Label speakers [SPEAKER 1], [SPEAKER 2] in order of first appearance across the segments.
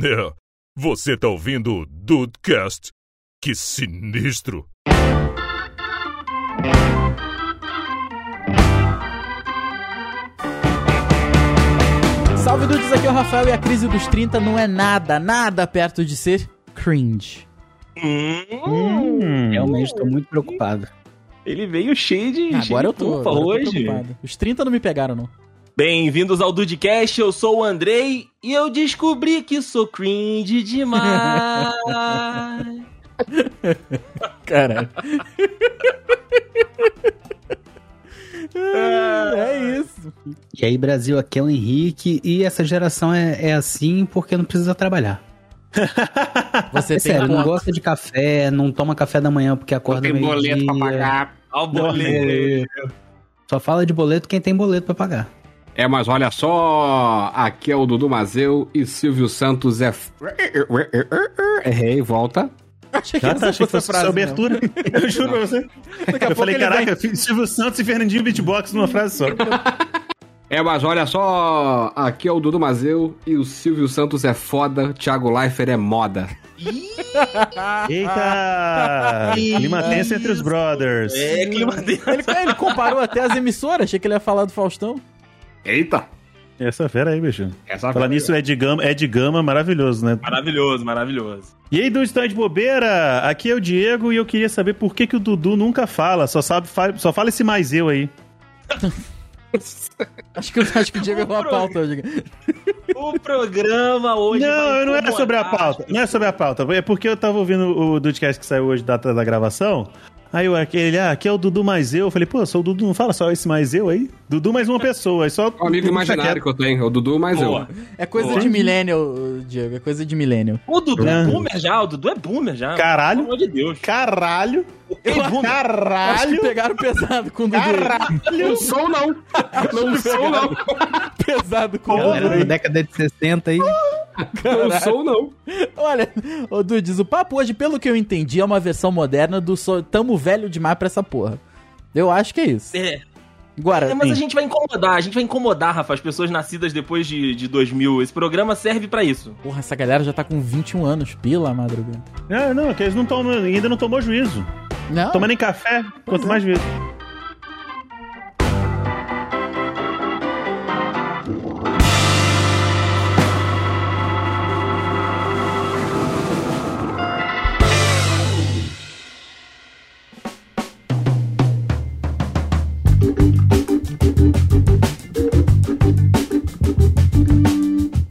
[SPEAKER 1] É, você tá ouvindo o Dudecast? Que sinistro!
[SPEAKER 2] Salve dudes, aqui é o Rafael e a crise dos 30 não é nada, nada perto de ser cringe.
[SPEAKER 3] Hum.
[SPEAKER 4] Realmente tô muito preocupado.
[SPEAKER 3] Ele veio cheio de. cheio
[SPEAKER 2] Ah,
[SPEAKER 3] de
[SPEAKER 2] agora eu tô,
[SPEAKER 3] culpa
[SPEAKER 2] agora eu tô
[SPEAKER 3] hoje.
[SPEAKER 2] preocupado. Os 30 não me pegaram, não.
[SPEAKER 3] Bem-vindos ao Dudecast, eu sou o Andrei e eu descobri que sou cringe demais.
[SPEAKER 2] Caralho. é isso.
[SPEAKER 4] E aí, Brasil, aqui é o Henrique e essa geração é, é assim porque não precisa trabalhar.
[SPEAKER 2] Você tem
[SPEAKER 4] É sério, não
[SPEAKER 2] ponto.
[SPEAKER 4] gosta de café, não toma café da manhã porque acorda
[SPEAKER 5] tem
[SPEAKER 4] meio dia,
[SPEAKER 5] boleto pra pagar.
[SPEAKER 3] Ó, o boleto.
[SPEAKER 4] Só fala de boleto quem tem boleto pra pagar.
[SPEAKER 5] É, mas olha só, aqui é o Dudu Mazeu e Silvio Santos é... f- Errei, volta.
[SPEAKER 2] Achei que
[SPEAKER 6] Ah,
[SPEAKER 2] não
[SPEAKER 6] tá, achei que
[SPEAKER 2] fosse a
[SPEAKER 6] fosse
[SPEAKER 2] frase, não.
[SPEAKER 6] sua abertura. Eu juro pra você.
[SPEAKER 2] Daqui a
[SPEAKER 6] Eu
[SPEAKER 2] pouco
[SPEAKER 6] falei,
[SPEAKER 2] ele vem.
[SPEAKER 6] caraca, Silvio Santos e Fernandinho Beatbox numa frase só.
[SPEAKER 5] É, mas olha só, aqui é o Dudu Mazeu e o Silvio Santos é foda, Thiago Leifert é moda.
[SPEAKER 6] Eita! Clima tenso entre os brothers.
[SPEAKER 3] É, clima dele.
[SPEAKER 2] Ele, ele comparou até as emissoras, achei que ele ia falar do Faustão.
[SPEAKER 5] Eita!
[SPEAKER 6] Essa fera aí, bicho.
[SPEAKER 5] Essa
[SPEAKER 6] Falar nisso, é de Gama, Ed Gama, maravilhoso, né?
[SPEAKER 3] Maravilhoso, maravilhoso.
[SPEAKER 6] E aí, Dudu, tá de bobeira? Aqui é o Diego e eu queria saber por que, que o Dudu nunca fala. Só, sabe, fa- só fala esse mais eu aí.
[SPEAKER 2] Acho que, acho que o Diego errou a pauta hoje.
[SPEAKER 3] O programa hoje. vai
[SPEAKER 6] Não, não era
[SPEAKER 3] incomodar.
[SPEAKER 6] sobre a pauta. Não é sobre a pauta. É porque eu tava ouvindo o Dudcast que saiu hoje, data da gravação. Aí eu, aquele, ah, aqui é o Dudu mais eu. Eu falei, pô, sou o Dudu, não fala só esse mais eu aí? Dudu mais uma pessoa. Aí
[SPEAKER 5] É
[SPEAKER 6] só
[SPEAKER 5] um amigo
[SPEAKER 6] Dudu tá
[SPEAKER 5] imaginário que eu tenho, é o Dudu Mazeu.
[SPEAKER 3] Boa.
[SPEAKER 2] É coisa
[SPEAKER 3] Boa.
[SPEAKER 2] de millennial, Diego, é coisa de millennial.
[SPEAKER 3] O Dudu é
[SPEAKER 6] Ah.
[SPEAKER 3] boomer já, o Dudu é boomer já.
[SPEAKER 6] Caralho.
[SPEAKER 3] Pelo amor de Deus.
[SPEAKER 6] Caralho!
[SPEAKER 3] Ei, boomer.
[SPEAKER 2] Acho que
[SPEAKER 6] Caralho!
[SPEAKER 2] pegaram pesado com o Dudu.
[SPEAKER 5] Não sou não, não sou não,
[SPEAKER 2] Pesado com o
[SPEAKER 6] Porra.
[SPEAKER 4] Era
[SPEAKER 2] Dudu.
[SPEAKER 4] da década de 60 aí.
[SPEAKER 5] não sou não.
[SPEAKER 2] Olha, ô Dudes, o papo hoje, pelo que eu entendi, é uma versão moderna do so- Tamo velho demais pra essa porra. Eu acho que é isso.
[SPEAKER 3] É,
[SPEAKER 2] Agora,
[SPEAKER 3] é, mas a
[SPEAKER 2] sim,
[SPEAKER 3] gente vai incomodar, a gente vai incomodar, Rafa, as pessoas nascidas depois de, de 2000. Esse programa serve pra isso.
[SPEAKER 2] porra, essa galera já tá com 21 anos, pila, madrugada.
[SPEAKER 6] Não, não, que eles não tomam, ainda não tomou juízo.
[SPEAKER 2] Não,
[SPEAKER 6] Toma nem café, quanto mais juízo.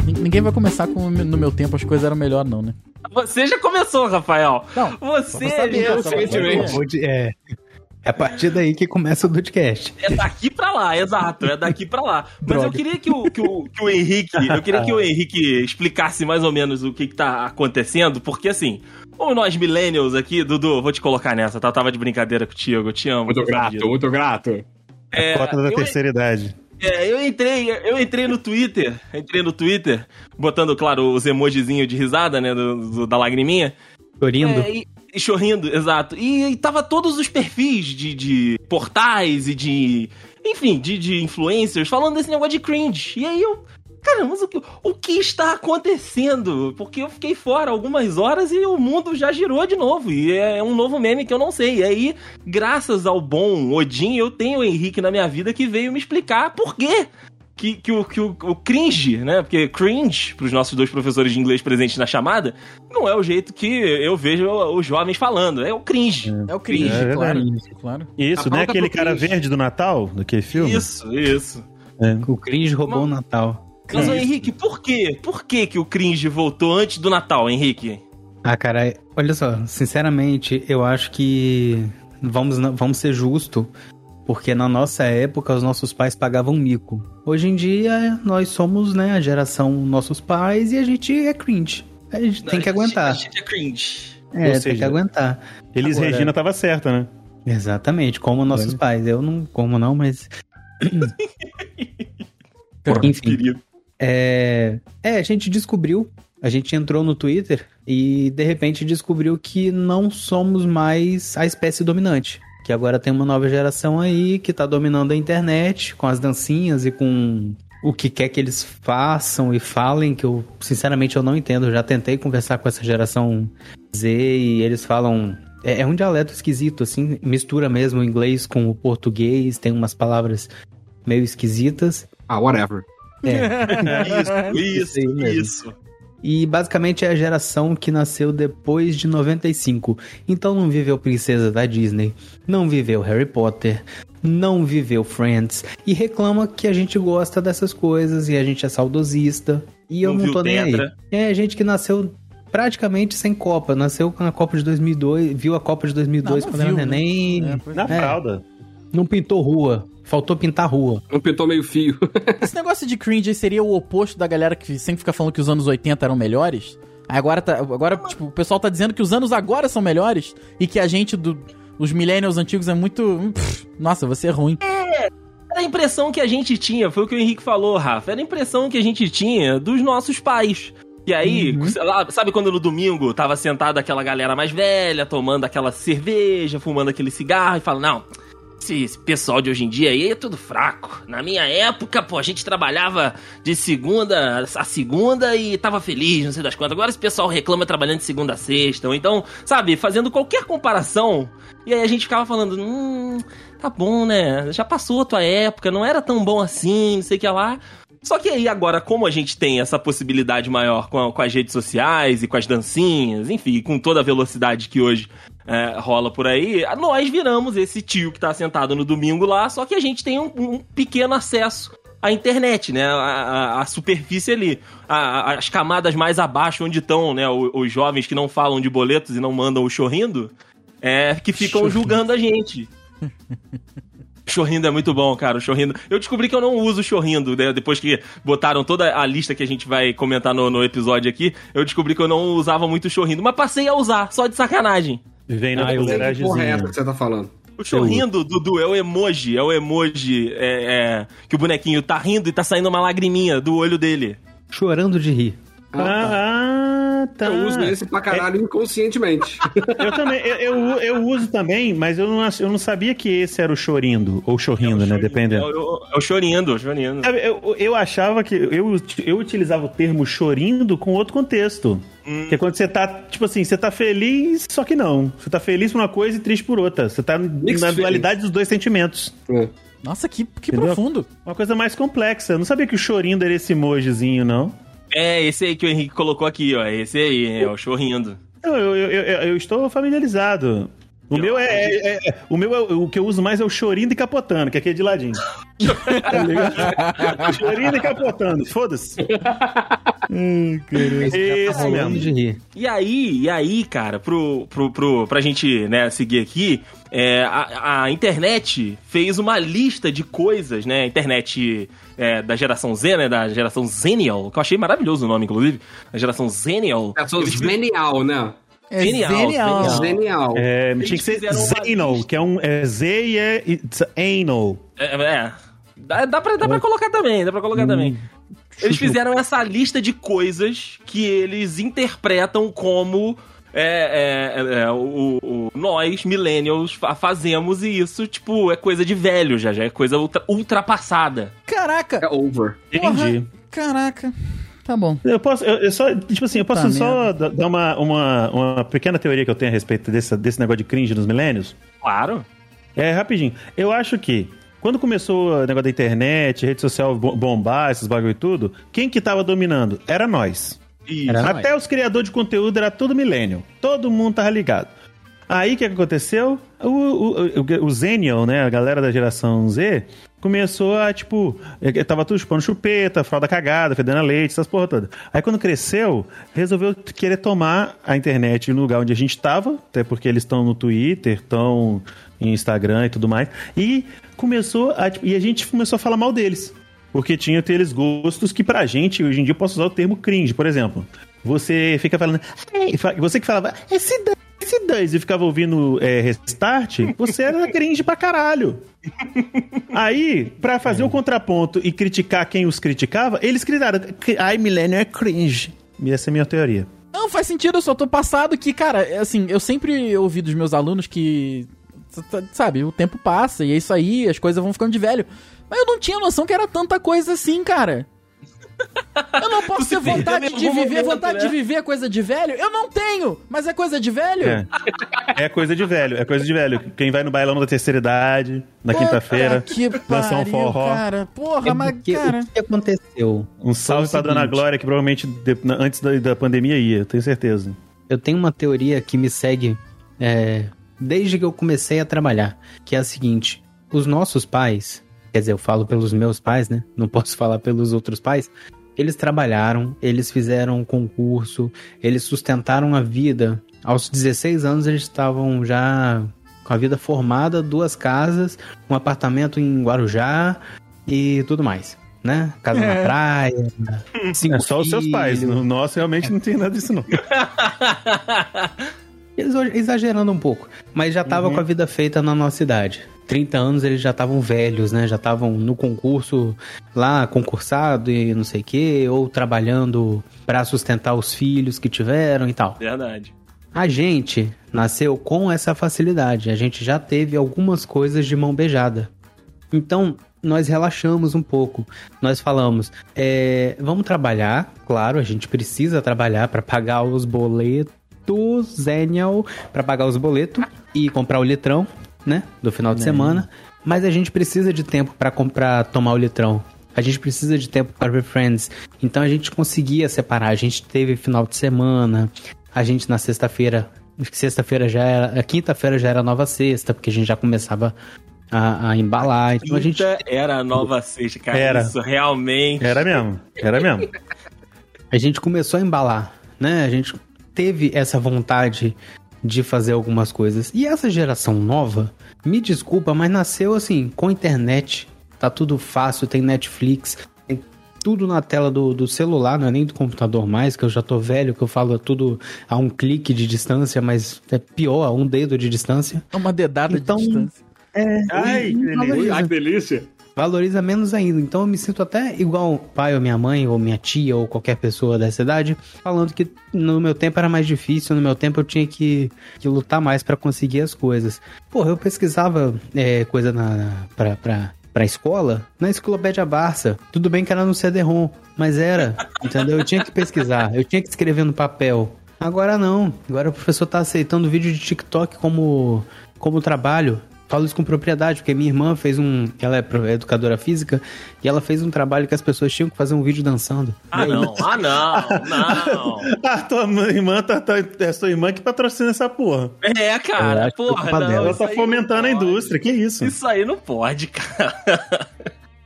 [SPEAKER 2] nin- ninguém vai começar com no meu tempo as coisas eram melhor não, né?
[SPEAKER 3] Você já começou, Rafael.
[SPEAKER 2] Não,
[SPEAKER 3] Você
[SPEAKER 2] pra saber,
[SPEAKER 3] já
[SPEAKER 2] só pra saber.
[SPEAKER 3] recentemente.
[SPEAKER 4] Vou de- É, é a partir daí que começa o Dudcast.
[SPEAKER 3] É daqui pra lá, exato. É daqui pra lá. Mas
[SPEAKER 2] Droga.
[SPEAKER 3] eu queria que o, que, o, que o Henrique. Eu queria que o Henrique explicasse mais ou menos o que, que tá acontecendo, porque assim, ou nós millennials aqui, Dudu, vou te colocar nessa, tá? Eu tava de brincadeira contigo, eu te amo.
[SPEAKER 5] Muito
[SPEAKER 3] tô
[SPEAKER 5] grato,
[SPEAKER 3] fudido.
[SPEAKER 5] muito grato.
[SPEAKER 3] É,
[SPEAKER 6] Cota da
[SPEAKER 3] eu,
[SPEAKER 6] terceira idade.
[SPEAKER 3] é, eu entrei, eu entrei no Twitter, entrei no Twitter, botando, claro, os emojizinhos de risada, né? do- do- da lagriminha.
[SPEAKER 4] Chorindo.
[SPEAKER 3] É, e, e chorrindo, exato. E, e tava todos os perfis de, de portais e de. Enfim, de, de influencers falando desse negócio de cringe. E aí eu. Cara, mas o que, o que está acontecendo? Porque eu fiquei fora algumas horas e o mundo já girou de novo. E é um novo meme que eu não sei. E aí, graças ao bom Odin, eu tenho o Henrique na minha vida que veio me explicar por quê. Que, que, o, que o, o cringe, né? Porque cringe, pros nossos dois professores de inglês presentes na chamada, não é o jeito que eu vejo os jovens falando. É o cringe.
[SPEAKER 2] É o cringe,
[SPEAKER 6] É
[SPEAKER 2] claro.
[SPEAKER 4] verdade.
[SPEAKER 2] Claro.
[SPEAKER 6] Isso,
[SPEAKER 5] A
[SPEAKER 6] não é
[SPEAKER 5] pauta
[SPEAKER 6] aquele
[SPEAKER 5] pro
[SPEAKER 6] cara
[SPEAKER 5] Cris.
[SPEAKER 6] verde do Natal, daquele
[SPEAKER 4] É.
[SPEAKER 6] filme?
[SPEAKER 3] Isso, isso.
[SPEAKER 4] O cringe roubou o Natal.
[SPEAKER 3] Mas, ô, Henrique, por quê? Por que que o cringe voltou antes do Natal, Henrique?
[SPEAKER 4] Ah, cara, olha só, sinceramente, eu acho que vamos, vamos ser justos, porque na nossa época os nossos pais pagavam mico. Hoje em dia nós somos, né, a geração nossos pais e a gente é cringe. A gente tem que
[SPEAKER 3] A
[SPEAKER 4] aguentar.
[SPEAKER 3] gente é cringe.
[SPEAKER 4] É, tem
[SPEAKER 6] seja-
[SPEAKER 4] que aguentar.
[SPEAKER 6] Elis
[SPEAKER 4] Agora-
[SPEAKER 6] Regina tava certa, né?
[SPEAKER 4] Exatamente, como nossos pais. Eu não como não, mas enfim.
[SPEAKER 3] Querido.
[SPEAKER 4] É, é, a gente descobriu, a gente entrou no Twitter e de repente descobriu que não somos mais a espécie dominante. Que agora tem uma nova geração aí que tá dominando a internet com as dancinhas e com o que quer que eles façam e falem, que eu, sinceramente, eu não entendo. Eu já tentei conversar com essa geração Z e eles falam. É, é um dialeto esquisito, assim, mistura mesmo o inglês com o português, tem umas palavras meio esquisitas.
[SPEAKER 5] Ah, whatever.
[SPEAKER 3] É Isso,
[SPEAKER 4] Isso aí
[SPEAKER 3] isso,
[SPEAKER 4] mesmo.
[SPEAKER 3] isso.
[SPEAKER 4] E basicamente é a geração que nasceu depois de 95. Então não viveu Princesa da Disney, não viveu Harry Potter, não viveu Friends. E reclama que a gente gosta dessas coisas e a gente é saudosista. E eu
[SPEAKER 3] Não
[SPEAKER 4] não,
[SPEAKER 3] viu
[SPEAKER 4] tô nem
[SPEAKER 3] Tetra.
[SPEAKER 4] aí. É gente que nasceu praticamente sem Copa. Nasceu na Copa de 2002, viu a Copa de 2002
[SPEAKER 2] Não, não
[SPEAKER 4] quando era
[SPEAKER 2] viu, né?
[SPEAKER 4] neném.
[SPEAKER 2] É, pois-
[SPEAKER 6] Na
[SPEAKER 4] É.
[SPEAKER 6] fralda.
[SPEAKER 4] Não pintou rua. Faltou pintar rua.
[SPEAKER 5] Não pintou Um meio fio.
[SPEAKER 2] Esse negócio de cringe aí seria o oposto da galera que sempre fica falando que os anos 80 eram melhores? Aí Agora, tá, agora tipo, o pessoal tá dizendo que os anos agora são melhores e que a gente do... Os millennials antigos é muito... hum, pff, Nossa, você é ruim.
[SPEAKER 3] Era a impressão que a gente tinha, foi o que o Henrique falou, Rafa. Era a impressão que a gente tinha dos nossos pais. E aí, sei lá, sabe quando no domingo tava sentada aquela galera mais velha, tomando aquela cerveja, fumando aquele cigarro e fala, não, esse, esse pessoal de hoje em dia aí é tudo fraco. Na minha época, pô, a gente trabalhava de segunda a segunda e tava feliz, não sei das quantas. Agora esse pessoal reclama trabalhando de segunda a sexta, ou então, sabe, fazendo qualquer comparação. E aí a gente ficava falando, hum, tá bom, né? Já passou a tua época, não era tão bom assim, não sei o que lá. Só que aí agora, como a gente tem essa possibilidade maior com, a- com as redes sociais e com as dancinhas, enfim, com toda a velocidade que hoje é, rola por aí, nós viramos esse tio que tá sentado no domingo lá, só que a gente tem um, um pequeno acesso à internet, né? A, a- a superfície ali, a- a- as camadas mais abaixo onde estão, né? o- Os, jovens que não falam de boletos e não mandam o chorrindo, é, que ficam
[SPEAKER 2] Chorrindo.
[SPEAKER 3] julgando a gente. Chorrindo é muito bom, cara. O Chorrindo. Eu descobri que eu não uso o Chorrindo, né? Depois que botaram toda a lista que a gente vai comentar no, no episódio aqui, eu descobri que eu não usava muito o Chorrindo, mas passei a usar, só de sacanagem.
[SPEAKER 6] Vem
[SPEAKER 5] Ah,
[SPEAKER 6] na
[SPEAKER 5] eu sei que porra é essa
[SPEAKER 6] coleragemzinha.
[SPEAKER 5] que você tá falando.
[SPEAKER 3] O chorrindo, Dudu, é o emoji. É o emoji é, é, que o bonequinho tá rindo e tá saindo uma lagriminha do olho dele.
[SPEAKER 4] Chorando de rir.
[SPEAKER 5] Ah, tá.
[SPEAKER 6] Ah, ah, tá.
[SPEAKER 5] Eu uso né? esse pra caralho inconscientemente.
[SPEAKER 6] Eu também, eu, eu, eu uso também, mas eu não, ach- eu não sabia que esse era o chorindo, ou chorrindo, né?
[SPEAKER 3] É,
[SPEAKER 6] Dependendo.
[SPEAKER 3] o- é o- é o chorindo, o chorindo.
[SPEAKER 6] Sabe, Eu, eu achava que eu, eu utilizava o termo chorindo com outro contexto. Que é quando você tá, tipo assim, você tá feliz, só que não. Você tá feliz por uma coisa e triste por outra. Você tá na
[SPEAKER 5] feelings.
[SPEAKER 6] dualidade dos dois sentimentos.
[SPEAKER 5] É.
[SPEAKER 2] Nossa, que, que
[SPEAKER 6] Entendeu?
[SPEAKER 2] profundo.
[SPEAKER 6] Uma coisa mais complexa. Eu não sabia que o chorindo era esse emojizinho, não.
[SPEAKER 3] É, esse aí que o Henrique colocou aqui, ó. Esse aí, é o chorrindo.
[SPEAKER 6] Não, eu, eu, eu, eu estou familiarizado. O meu é, é- é- é- o meu é- o que eu uso mais é o chorindo e capotando, que aqui é de ladinho. Tá ligado? chorindo e capotando, foda-se.
[SPEAKER 3] tá
[SPEAKER 2] É.
[SPEAKER 6] Esse
[SPEAKER 4] Chorando
[SPEAKER 6] mesmo.
[SPEAKER 4] de rir.
[SPEAKER 3] E aí, e aí, cara, pro, pro, pro, pra gente né, seguir aqui, é, a, a internet fez uma lista de coisas, né? A internet é, da geração Z, né? Da geração Zenial, que eu achei maravilhoso o nome, inclusive. A geração Zenial.
[SPEAKER 5] Eu sou genial, né?
[SPEAKER 2] É
[SPEAKER 3] Genial, genial.
[SPEAKER 5] Genial.
[SPEAKER 6] É,
[SPEAKER 3] Eles
[SPEAKER 6] tinha que ser
[SPEAKER 3] fizeram uma
[SPEAKER 6] Zanal,
[SPEAKER 3] lista.
[SPEAKER 6] que é um é Z e é it's anal.
[SPEAKER 3] É, é. Dá, dá, pra,
[SPEAKER 4] Hum.
[SPEAKER 3] dá pra colocar também, dá pra colocar também. Eles fizeram essa lista de coisas que eles interpretam como é, é, é, o, o- nós, millennials, fa- fazemos e isso, tipo, é coisa de velho já, já é coisa ultra- ultrapassada.
[SPEAKER 2] Caraca.
[SPEAKER 5] É over.
[SPEAKER 2] Porra,
[SPEAKER 6] Entendi.
[SPEAKER 2] Caraca. Tá bom.
[SPEAKER 6] Eu posso, eu, eu só, tipo assim, eu posso
[SPEAKER 2] Puta
[SPEAKER 6] só da- dar uma, uma, uma pequena teoria que eu tenho a respeito desse, desse negócio de cringe nos milênios?
[SPEAKER 3] Claro.
[SPEAKER 6] É, rapidinho. Eu acho que quando começou o negócio da internet, rede social bo- bombar, esses bagulho e tudo, quem que tava dominando? Era nós.
[SPEAKER 3] E
[SPEAKER 4] Era nóis.
[SPEAKER 6] Até os criadores de conteúdo era tudo milênio. Todo mundo tava ligado. Aí o que que aconteceu? O, o, o, o Zenial, né? A galera da geração Z começou a, tipo, eh, tava tudo chupando chupeta, fralda cagada, fedendo a leite, essas porra todas. Aí quando cresceu, resolveu querer tomar a internet no lugar onde a gente tava, até porque eles estão no Twitter, estão em Instagram e tudo mais. E começou a, tipo, e a gente começou a falar mal deles. Porque tinha aqueles gostos que pra gente, hoje em dia, eu posso usar o termo cringe, por exemplo. Você fica falando. "Ai", e fa- Você que falava, "É esse dois, esse dois, e ficava ouvindo é, restart, você era cringe pra caralho. Aí, pra fazer o contraponto e criticar quem os criticava, eles gritaram: ai, milênio é cringe. E essa é a minha teoria.
[SPEAKER 2] Não, faz sentido, eu só tô passado que, cara, é assim, eu sempre ouvi dos meus alunos que t- t- sabe, o tempo passa e é isso aí, as coisas vão ficando de velho. Mas eu não tinha noção que era tanta coisa assim, cara. Eu não posso
[SPEAKER 3] Tu se
[SPEAKER 2] ter
[SPEAKER 3] perdeu
[SPEAKER 2] vontade
[SPEAKER 3] em
[SPEAKER 2] de
[SPEAKER 3] algum
[SPEAKER 2] viver,
[SPEAKER 3] momento,
[SPEAKER 2] vontade
[SPEAKER 3] né?
[SPEAKER 2] de viver é coisa de velho? Eu não tenho, mas é coisa de velho?
[SPEAKER 6] É. É coisa de velho, é coisa de velho. Quem vai no bailão da terceira idade, na
[SPEAKER 2] Puta
[SPEAKER 6] quinta-feira,
[SPEAKER 2] que
[SPEAKER 6] dançar um
[SPEAKER 2] pariu,
[SPEAKER 6] forró.
[SPEAKER 2] Cara. Porra,
[SPEAKER 4] É
[SPEAKER 2] mas,
[SPEAKER 4] porque
[SPEAKER 2] cara...
[SPEAKER 4] O que aconteceu?
[SPEAKER 6] Um salve
[SPEAKER 4] Foi
[SPEAKER 6] pra
[SPEAKER 4] o
[SPEAKER 6] Dona
[SPEAKER 4] seguinte.
[SPEAKER 6] Glória, que provavelmente de- na- antes da, da pandemia ia, tenho certeza.
[SPEAKER 4] Eu tenho uma teoria que me segue é, desde que eu comecei a trabalhar, que é a seguinte: os nossos pais, quer dizer, eu falo pelos meus pais, né? Não posso falar pelos outros pais. Eles trabalharam, eles fizeram um concurso, eles sustentaram a vida. Aos 16 anos eles estavam já com a vida formada, duas casas, um apartamento em Guarujá e tudo mais, né? Casa na
[SPEAKER 2] É.
[SPEAKER 4] praia. Cinco
[SPEAKER 6] É só os seus pais.
[SPEAKER 4] filhos.
[SPEAKER 6] No nosso realmente não tem nada disso, não.
[SPEAKER 4] Eles hoje- exagerando um pouco, mas já tava com a vida feita na nossa idade. 30 anos eles já estavam velhos, né? Já estavam no concurso lá, concursado e não sei o quê, ou trabalhando pra sustentar os filhos que tiveram e tal.
[SPEAKER 3] Verdade.
[SPEAKER 4] A gente nasceu com essa facilidade, a gente já teve algumas coisas de mão beijada. Então, nós relaxamos um pouco. Nós falamos, é, vamos trabalhar, claro, a gente precisa trabalhar para pagar os boletos, Zenial, para pagar os boletos e comprar o litrão, né, do final de semana. Mas a gente precisa de tempo para comprar, tomar o litrão. A gente precisa de tempo para ver Friends. Então a gente conseguia separar. A gente teve final de semana. A gente na sexta-feira, acho que sexta-feira já era, a quinta-feira já era nova sexta, porque a gente já começava a, a embalar. Então a gente
[SPEAKER 3] Quinta era a nova sexta, cara.
[SPEAKER 6] Era.
[SPEAKER 3] Isso realmente.
[SPEAKER 6] Era mesmo, era mesmo.
[SPEAKER 4] a gente começou a embalar, né? A gente teve essa vontade de fazer algumas coisas. E essa geração nova, me desculpa, mas nasceu assim, com internet. Tá tudo fácil, tem Netflix, tem tudo na tela do, do celular, não é nem do computador mais, que eu já tô velho, que eu falo tudo a um clique de distância, mas é pior, a um dedo de distância.
[SPEAKER 2] É uma dedada
[SPEAKER 4] Então,
[SPEAKER 2] de distância.
[SPEAKER 6] Ai, que delícia.
[SPEAKER 4] Valoriza.
[SPEAKER 7] Ai, que delícia.
[SPEAKER 4] valoriza menos ainda. Então eu me sinto até igual pai ou minha mãe ou minha tia ou qualquer pessoa dessa idade, falando que no meu tempo era mais difícil, no meu tempo eu tinha que, que lutar mais pra conseguir as coisas. Porra, eu pesquisava é, coisa na, na- pra, pra, pra escola na Enciclopédia Barça. Tudo bem que era no CD-ROM, mas era, entendeu? Eu tinha que pesquisar, eu tinha que escrever no papel. Agora não. Agora o professor tá aceitando vídeo de TikTok como, como trabalho. Falo isso com propriedade, porque minha irmã fez um. Ela é pro- é educadora física e ela fez um trabalho que as pessoas tinham que fazer um vídeo dançando.
[SPEAKER 3] Ah, não. Ah, não. Não.
[SPEAKER 6] Ah, tua mãe- irmã, tá, tá- é sua irmã que patrocina essa porra.
[SPEAKER 3] É,
[SPEAKER 4] Eu
[SPEAKER 3] cara.
[SPEAKER 4] acho que é
[SPEAKER 3] Porra,
[SPEAKER 4] culpa
[SPEAKER 3] não.
[SPEAKER 4] dela.
[SPEAKER 6] Ela
[SPEAKER 3] isso
[SPEAKER 6] tá
[SPEAKER 3] aí
[SPEAKER 6] fomentando a
[SPEAKER 3] não pode.
[SPEAKER 6] indústria, que isso?
[SPEAKER 3] Isso aí não pode, cara.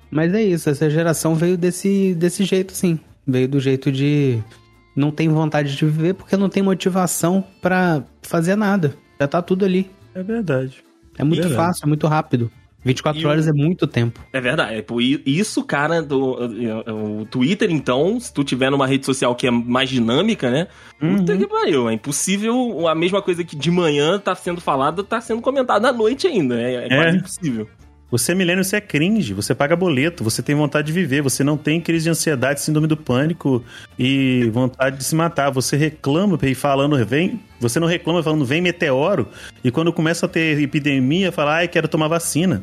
[SPEAKER 4] Mas é isso, essa geração veio desse, desse jeito, sim. Veio do jeito de. Não tem vontade de viver porque não tem motivação pra fazer nada. Já tá tudo ali.
[SPEAKER 6] É verdade.
[SPEAKER 4] É muito
[SPEAKER 6] Verdade.
[SPEAKER 4] fácil, é muito rápido. 24
[SPEAKER 3] E o-
[SPEAKER 4] horas é muito tempo.
[SPEAKER 3] É verdade. é, pô, i- Isso, cara, do, é, o Twitter, então, se tu tiver numa rede social que é mais dinâmica, né?
[SPEAKER 6] Uhum.
[SPEAKER 3] Puta que pariu. É impossível a mesma coisa que de manhã tá sendo falada, tá sendo comentada à noite ainda. É, é quase
[SPEAKER 6] É.
[SPEAKER 3] impossível.
[SPEAKER 6] Você é milênio, você é cringe, você paga boleto, você tem vontade de viver, você não tem crise de ansiedade, síndrome do pânico e vontade de se matar. Você reclama e falando, vem. Você não reclama falando, vem meteoro. E quando começa a ter epidemia, fala, ai, quero tomar vacina.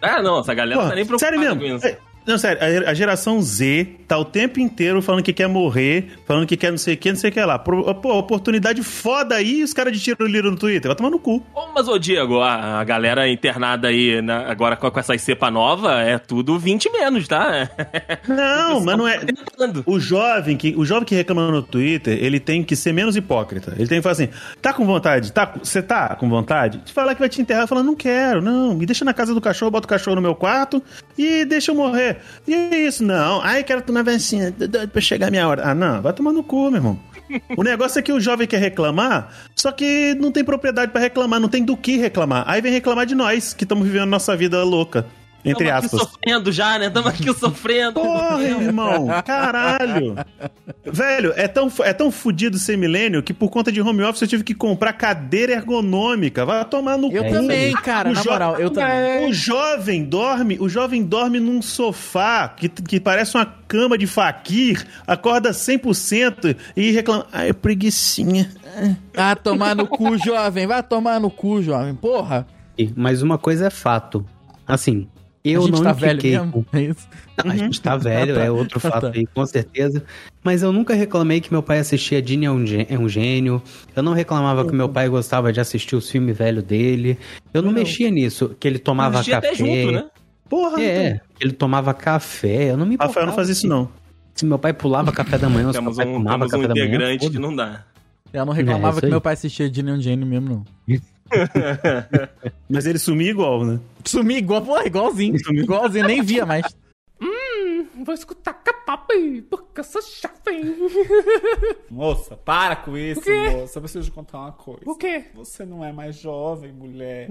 [SPEAKER 3] Ah, não, essa galera
[SPEAKER 6] Porra,
[SPEAKER 3] tá nem preocupada
[SPEAKER 6] sério
[SPEAKER 3] com
[SPEAKER 6] mesmo?
[SPEAKER 3] isso.
[SPEAKER 6] É, Não, sério, a a geração Z tá o tempo inteiro falando que quer morrer, falando que quer não sei o que, não sei o que lá. Pro- Pô, oportunidade foda aí e os caras de tiro liro no Twitter. Vai tomar no cu.
[SPEAKER 3] Ô, mas, ô Diego, a, a galera internada aí na- agora com, com essa cepa nova é tudo 20 menos, tá?
[SPEAKER 6] Não, mas não é.
[SPEAKER 3] Tentando.
[SPEAKER 6] O jovem, que, o jovem que reclama no Twitter, ele tem que ser menos hipócrita. Ele tem que falar assim: tá com vontade? Tá, com- você tá com vontade? Te falar que vai te enterrar, fala, não quero, não. Me deixa na casa do cachorro, bota o cachorro no meu quarto e deixa eu morrer. E é isso, não. Ai, quero tomar vacina, tô doido pra chegar a minha hora. Ah, não, vai tomar no cu, meu irmão. O negócio é que o jovem quer reclamar, só que não tem propriedade pra reclamar, não tem do que reclamar. Aí vem reclamar de nós, que estamos vivendo nossa vida louca. Entre
[SPEAKER 3] Tamo aqui
[SPEAKER 6] aspas.
[SPEAKER 3] sofrendo já, né? Tamo aqui sofrendo.
[SPEAKER 6] Porra, irmão! Caralho! Velho, é tão, fu- é tão fudido ser milênio que por conta de home office eu tive que comprar cadeira ergonômica. Vai tomar no
[SPEAKER 2] Eu
[SPEAKER 6] cu.
[SPEAKER 2] também, cara,
[SPEAKER 6] É O é.
[SPEAKER 2] na
[SPEAKER 6] jo-
[SPEAKER 2] moral, eu também.
[SPEAKER 6] O jovem dorme, o jovem dorme num sofá que, que parece uma cama de faquir, acorda 100% e reclama, ai, preguiçinha.
[SPEAKER 2] Ah, tomar no cu, jovem. Vai tomar no cu, jovem. Porra.
[SPEAKER 4] Mas uma coisa é fato. Assim, eu
[SPEAKER 2] a gente
[SPEAKER 4] não
[SPEAKER 2] tá
[SPEAKER 4] fiquei.
[SPEAKER 2] velho mesmo. É isso.
[SPEAKER 4] A gente tá velho,
[SPEAKER 2] Ah, tá.
[SPEAKER 4] é outro
[SPEAKER 2] Ah,
[SPEAKER 4] fato
[SPEAKER 2] tá.
[SPEAKER 4] aí, com certeza. Mas eu nunca reclamei que meu pai assistia Dini é um gê- é um gênio. Eu não reclamava que meu pai gostava de assistir os filmes velhos dele. Eu não, mexia nisso, que ele tomava
[SPEAKER 3] Existia
[SPEAKER 4] café.
[SPEAKER 3] até junto, né?
[SPEAKER 6] Porra,
[SPEAKER 4] É, que ele tomava café. Eu não me
[SPEAKER 6] Rafael
[SPEAKER 4] importava
[SPEAKER 6] não faz isso não.
[SPEAKER 4] Se meu pai pulava café da manhã, se meu
[SPEAKER 3] Temos
[SPEAKER 4] pai
[SPEAKER 3] um,
[SPEAKER 4] tomava
[SPEAKER 3] temos um
[SPEAKER 4] café da manhã.
[SPEAKER 3] integrante que
[SPEAKER 4] foda-se.
[SPEAKER 3] não dá.
[SPEAKER 2] Eu não
[SPEAKER 4] É,
[SPEAKER 2] reclamava
[SPEAKER 4] isso
[SPEAKER 2] que
[SPEAKER 4] aí.
[SPEAKER 2] meu pai assistia Disney and Jane mesmo, não.
[SPEAKER 6] Mas ele sumia igual, né?
[SPEAKER 2] Sumi igual, pô, igualzinho. Igualzinho, nem via mais.
[SPEAKER 7] Vou escutar capapi, porque eu sou jovem.
[SPEAKER 8] Moça, para com isso,
[SPEAKER 7] quê?
[SPEAKER 8] moça. Eu preciso te contar uma coisa.
[SPEAKER 7] O quê?
[SPEAKER 8] Você não é mais jovem, mulher.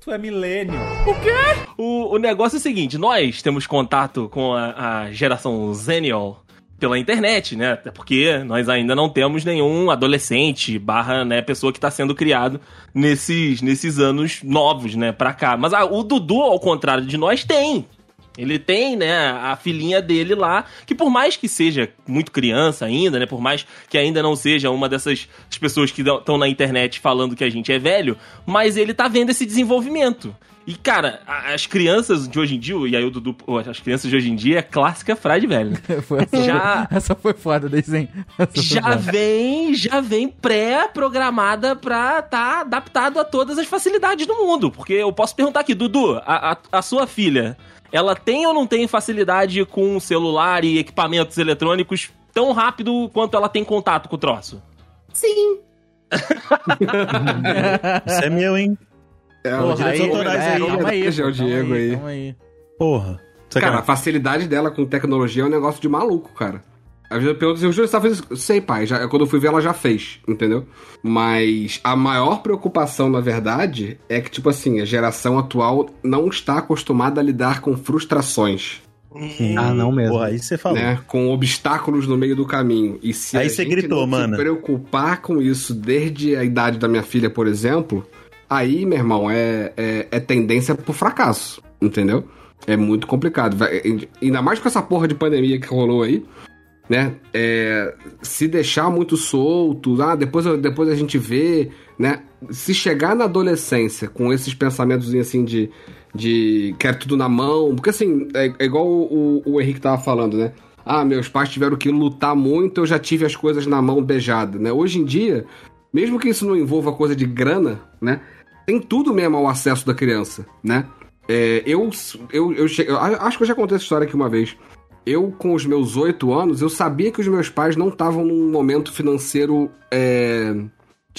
[SPEAKER 8] Tu é milênio.
[SPEAKER 7] O quê?
[SPEAKER 3] O, o negócio é o seguinte: nós temos contato com a, a geração Zenial pela internet, né? Até porque nós ainda não temos nenhum adolescente barra, né, pessoa que tá sendo criado nesses, nesses anos novos, né, pra cá. Mas ah, o Dudu, ao contrário de nós, tem. Ele tem, né, a filhinha dele lá, que por mais que seja muito criança ainda, né, por mais que ainda não seja uma dessas pessoas que estão na internet falando que a gente é velho, mas ele tá vendo esse desenvolvimento. E, cara, a- as crianças de hoje em dia, e aí o Dudu, pô, as crianças de hoje em dia é clássica frase velho, né?
[SPEAKER 2] Foi essa,
[SPEAKER 3] Já-
[SPEAKER 2] essa foi foda, desenho. Essa foi
[SPEAKER 3] já
[SPEAKER 2] foda.
[SPEAKER 3] vem, já vem pré-programada pra tá adaptado a todas as facilidades do mundo. Porque eu posso perguntar aqui, Dudu, a, a- a sua filha, ela tem ou não tem facilidade com celular e equipamentos eletrônicos tão rápido quanto ela tem contato com o troço?
[SPEAKER 6] Isso é meu, hein?
[SPEAKER 5] É,
[SPEAKER 2] Porra,
[SPEAKER 5] o direito
[SPEAKER 2] aí,
[SPEAKER 6] autorais
[SPEAKER 2] é,
[SPEAKER 6] aí,
[SPEAKER 2] calma aí,
[SPEAKER 5] homenagem
[SPEAKER 2] pô,
[SPEAKER 5] ao Diego
[SPEAKER 2] calma aí,
[SPEAKER 5] aí.
[SPEAKER 2] calma aí.
[SPEAKER 6] Porra. é
[SPEAKER 5] Cara,
[SPEAKER 2] tá
[SPEAKER 5] a
[SPEAKER 6] Sacanagem.
[SPEAKER 5] facilidade dela com tecnologia é um negócio de maluco, cara. Às vezes eu pergunto se o Júlio está fazendo isso. Sei, pai. Já, quando eu fui ver, ela já fez, entendeu? Mas a maior preocupação, na verdade, é que, tipo assim, a geração atual não está acostumada a lidar com frustrações,
[SPEAKER 4] Ah, não mesmo.
[SPEAKER 6] é Porra, aí você falou.
[SPEAKER 5] né? Com obstáculos no meio do caminho. E se
[SPEAKER 6] Aí
[SPEAKER 5] a
[SPEAKER 6] você
[SPEAKER 5] gente
[SPEAKER 6] gritou,
[SPEAKER 5] não
[SPEAKER 6] mana.
[SPEAKER 5] se preocupar com isso desde a idade da minha filha, por exemplo, aí, meu irmão, é, é, é tendência pro fracasso, entendeu? É muito complicado. Vai- Ainda mais com essa porra de pandemia que rolou aí, né? É, se deixar muito solto, ah, depois, eu- depois a gente vê, né? Se chegar na adolescência com esses pensamentos assim de, de quero tudo na mão, porque assim, é, é igual o, o Henrique tava falando, né? Ah, meus pais tiveram que lutar muito, eu já tive as coisas na mão beijada, né? Hoje em dia, mesmo que isso não envolva coisa de grana, né? Tem tudo mesmo ao acesso da criança, né? É, eu, eu, eu, che- eu a- acho que eu já contei essa história aqui uma vez. Eu, com os meus oito anos, eu sabia que os meus pais não estavam num momento financeiro, é,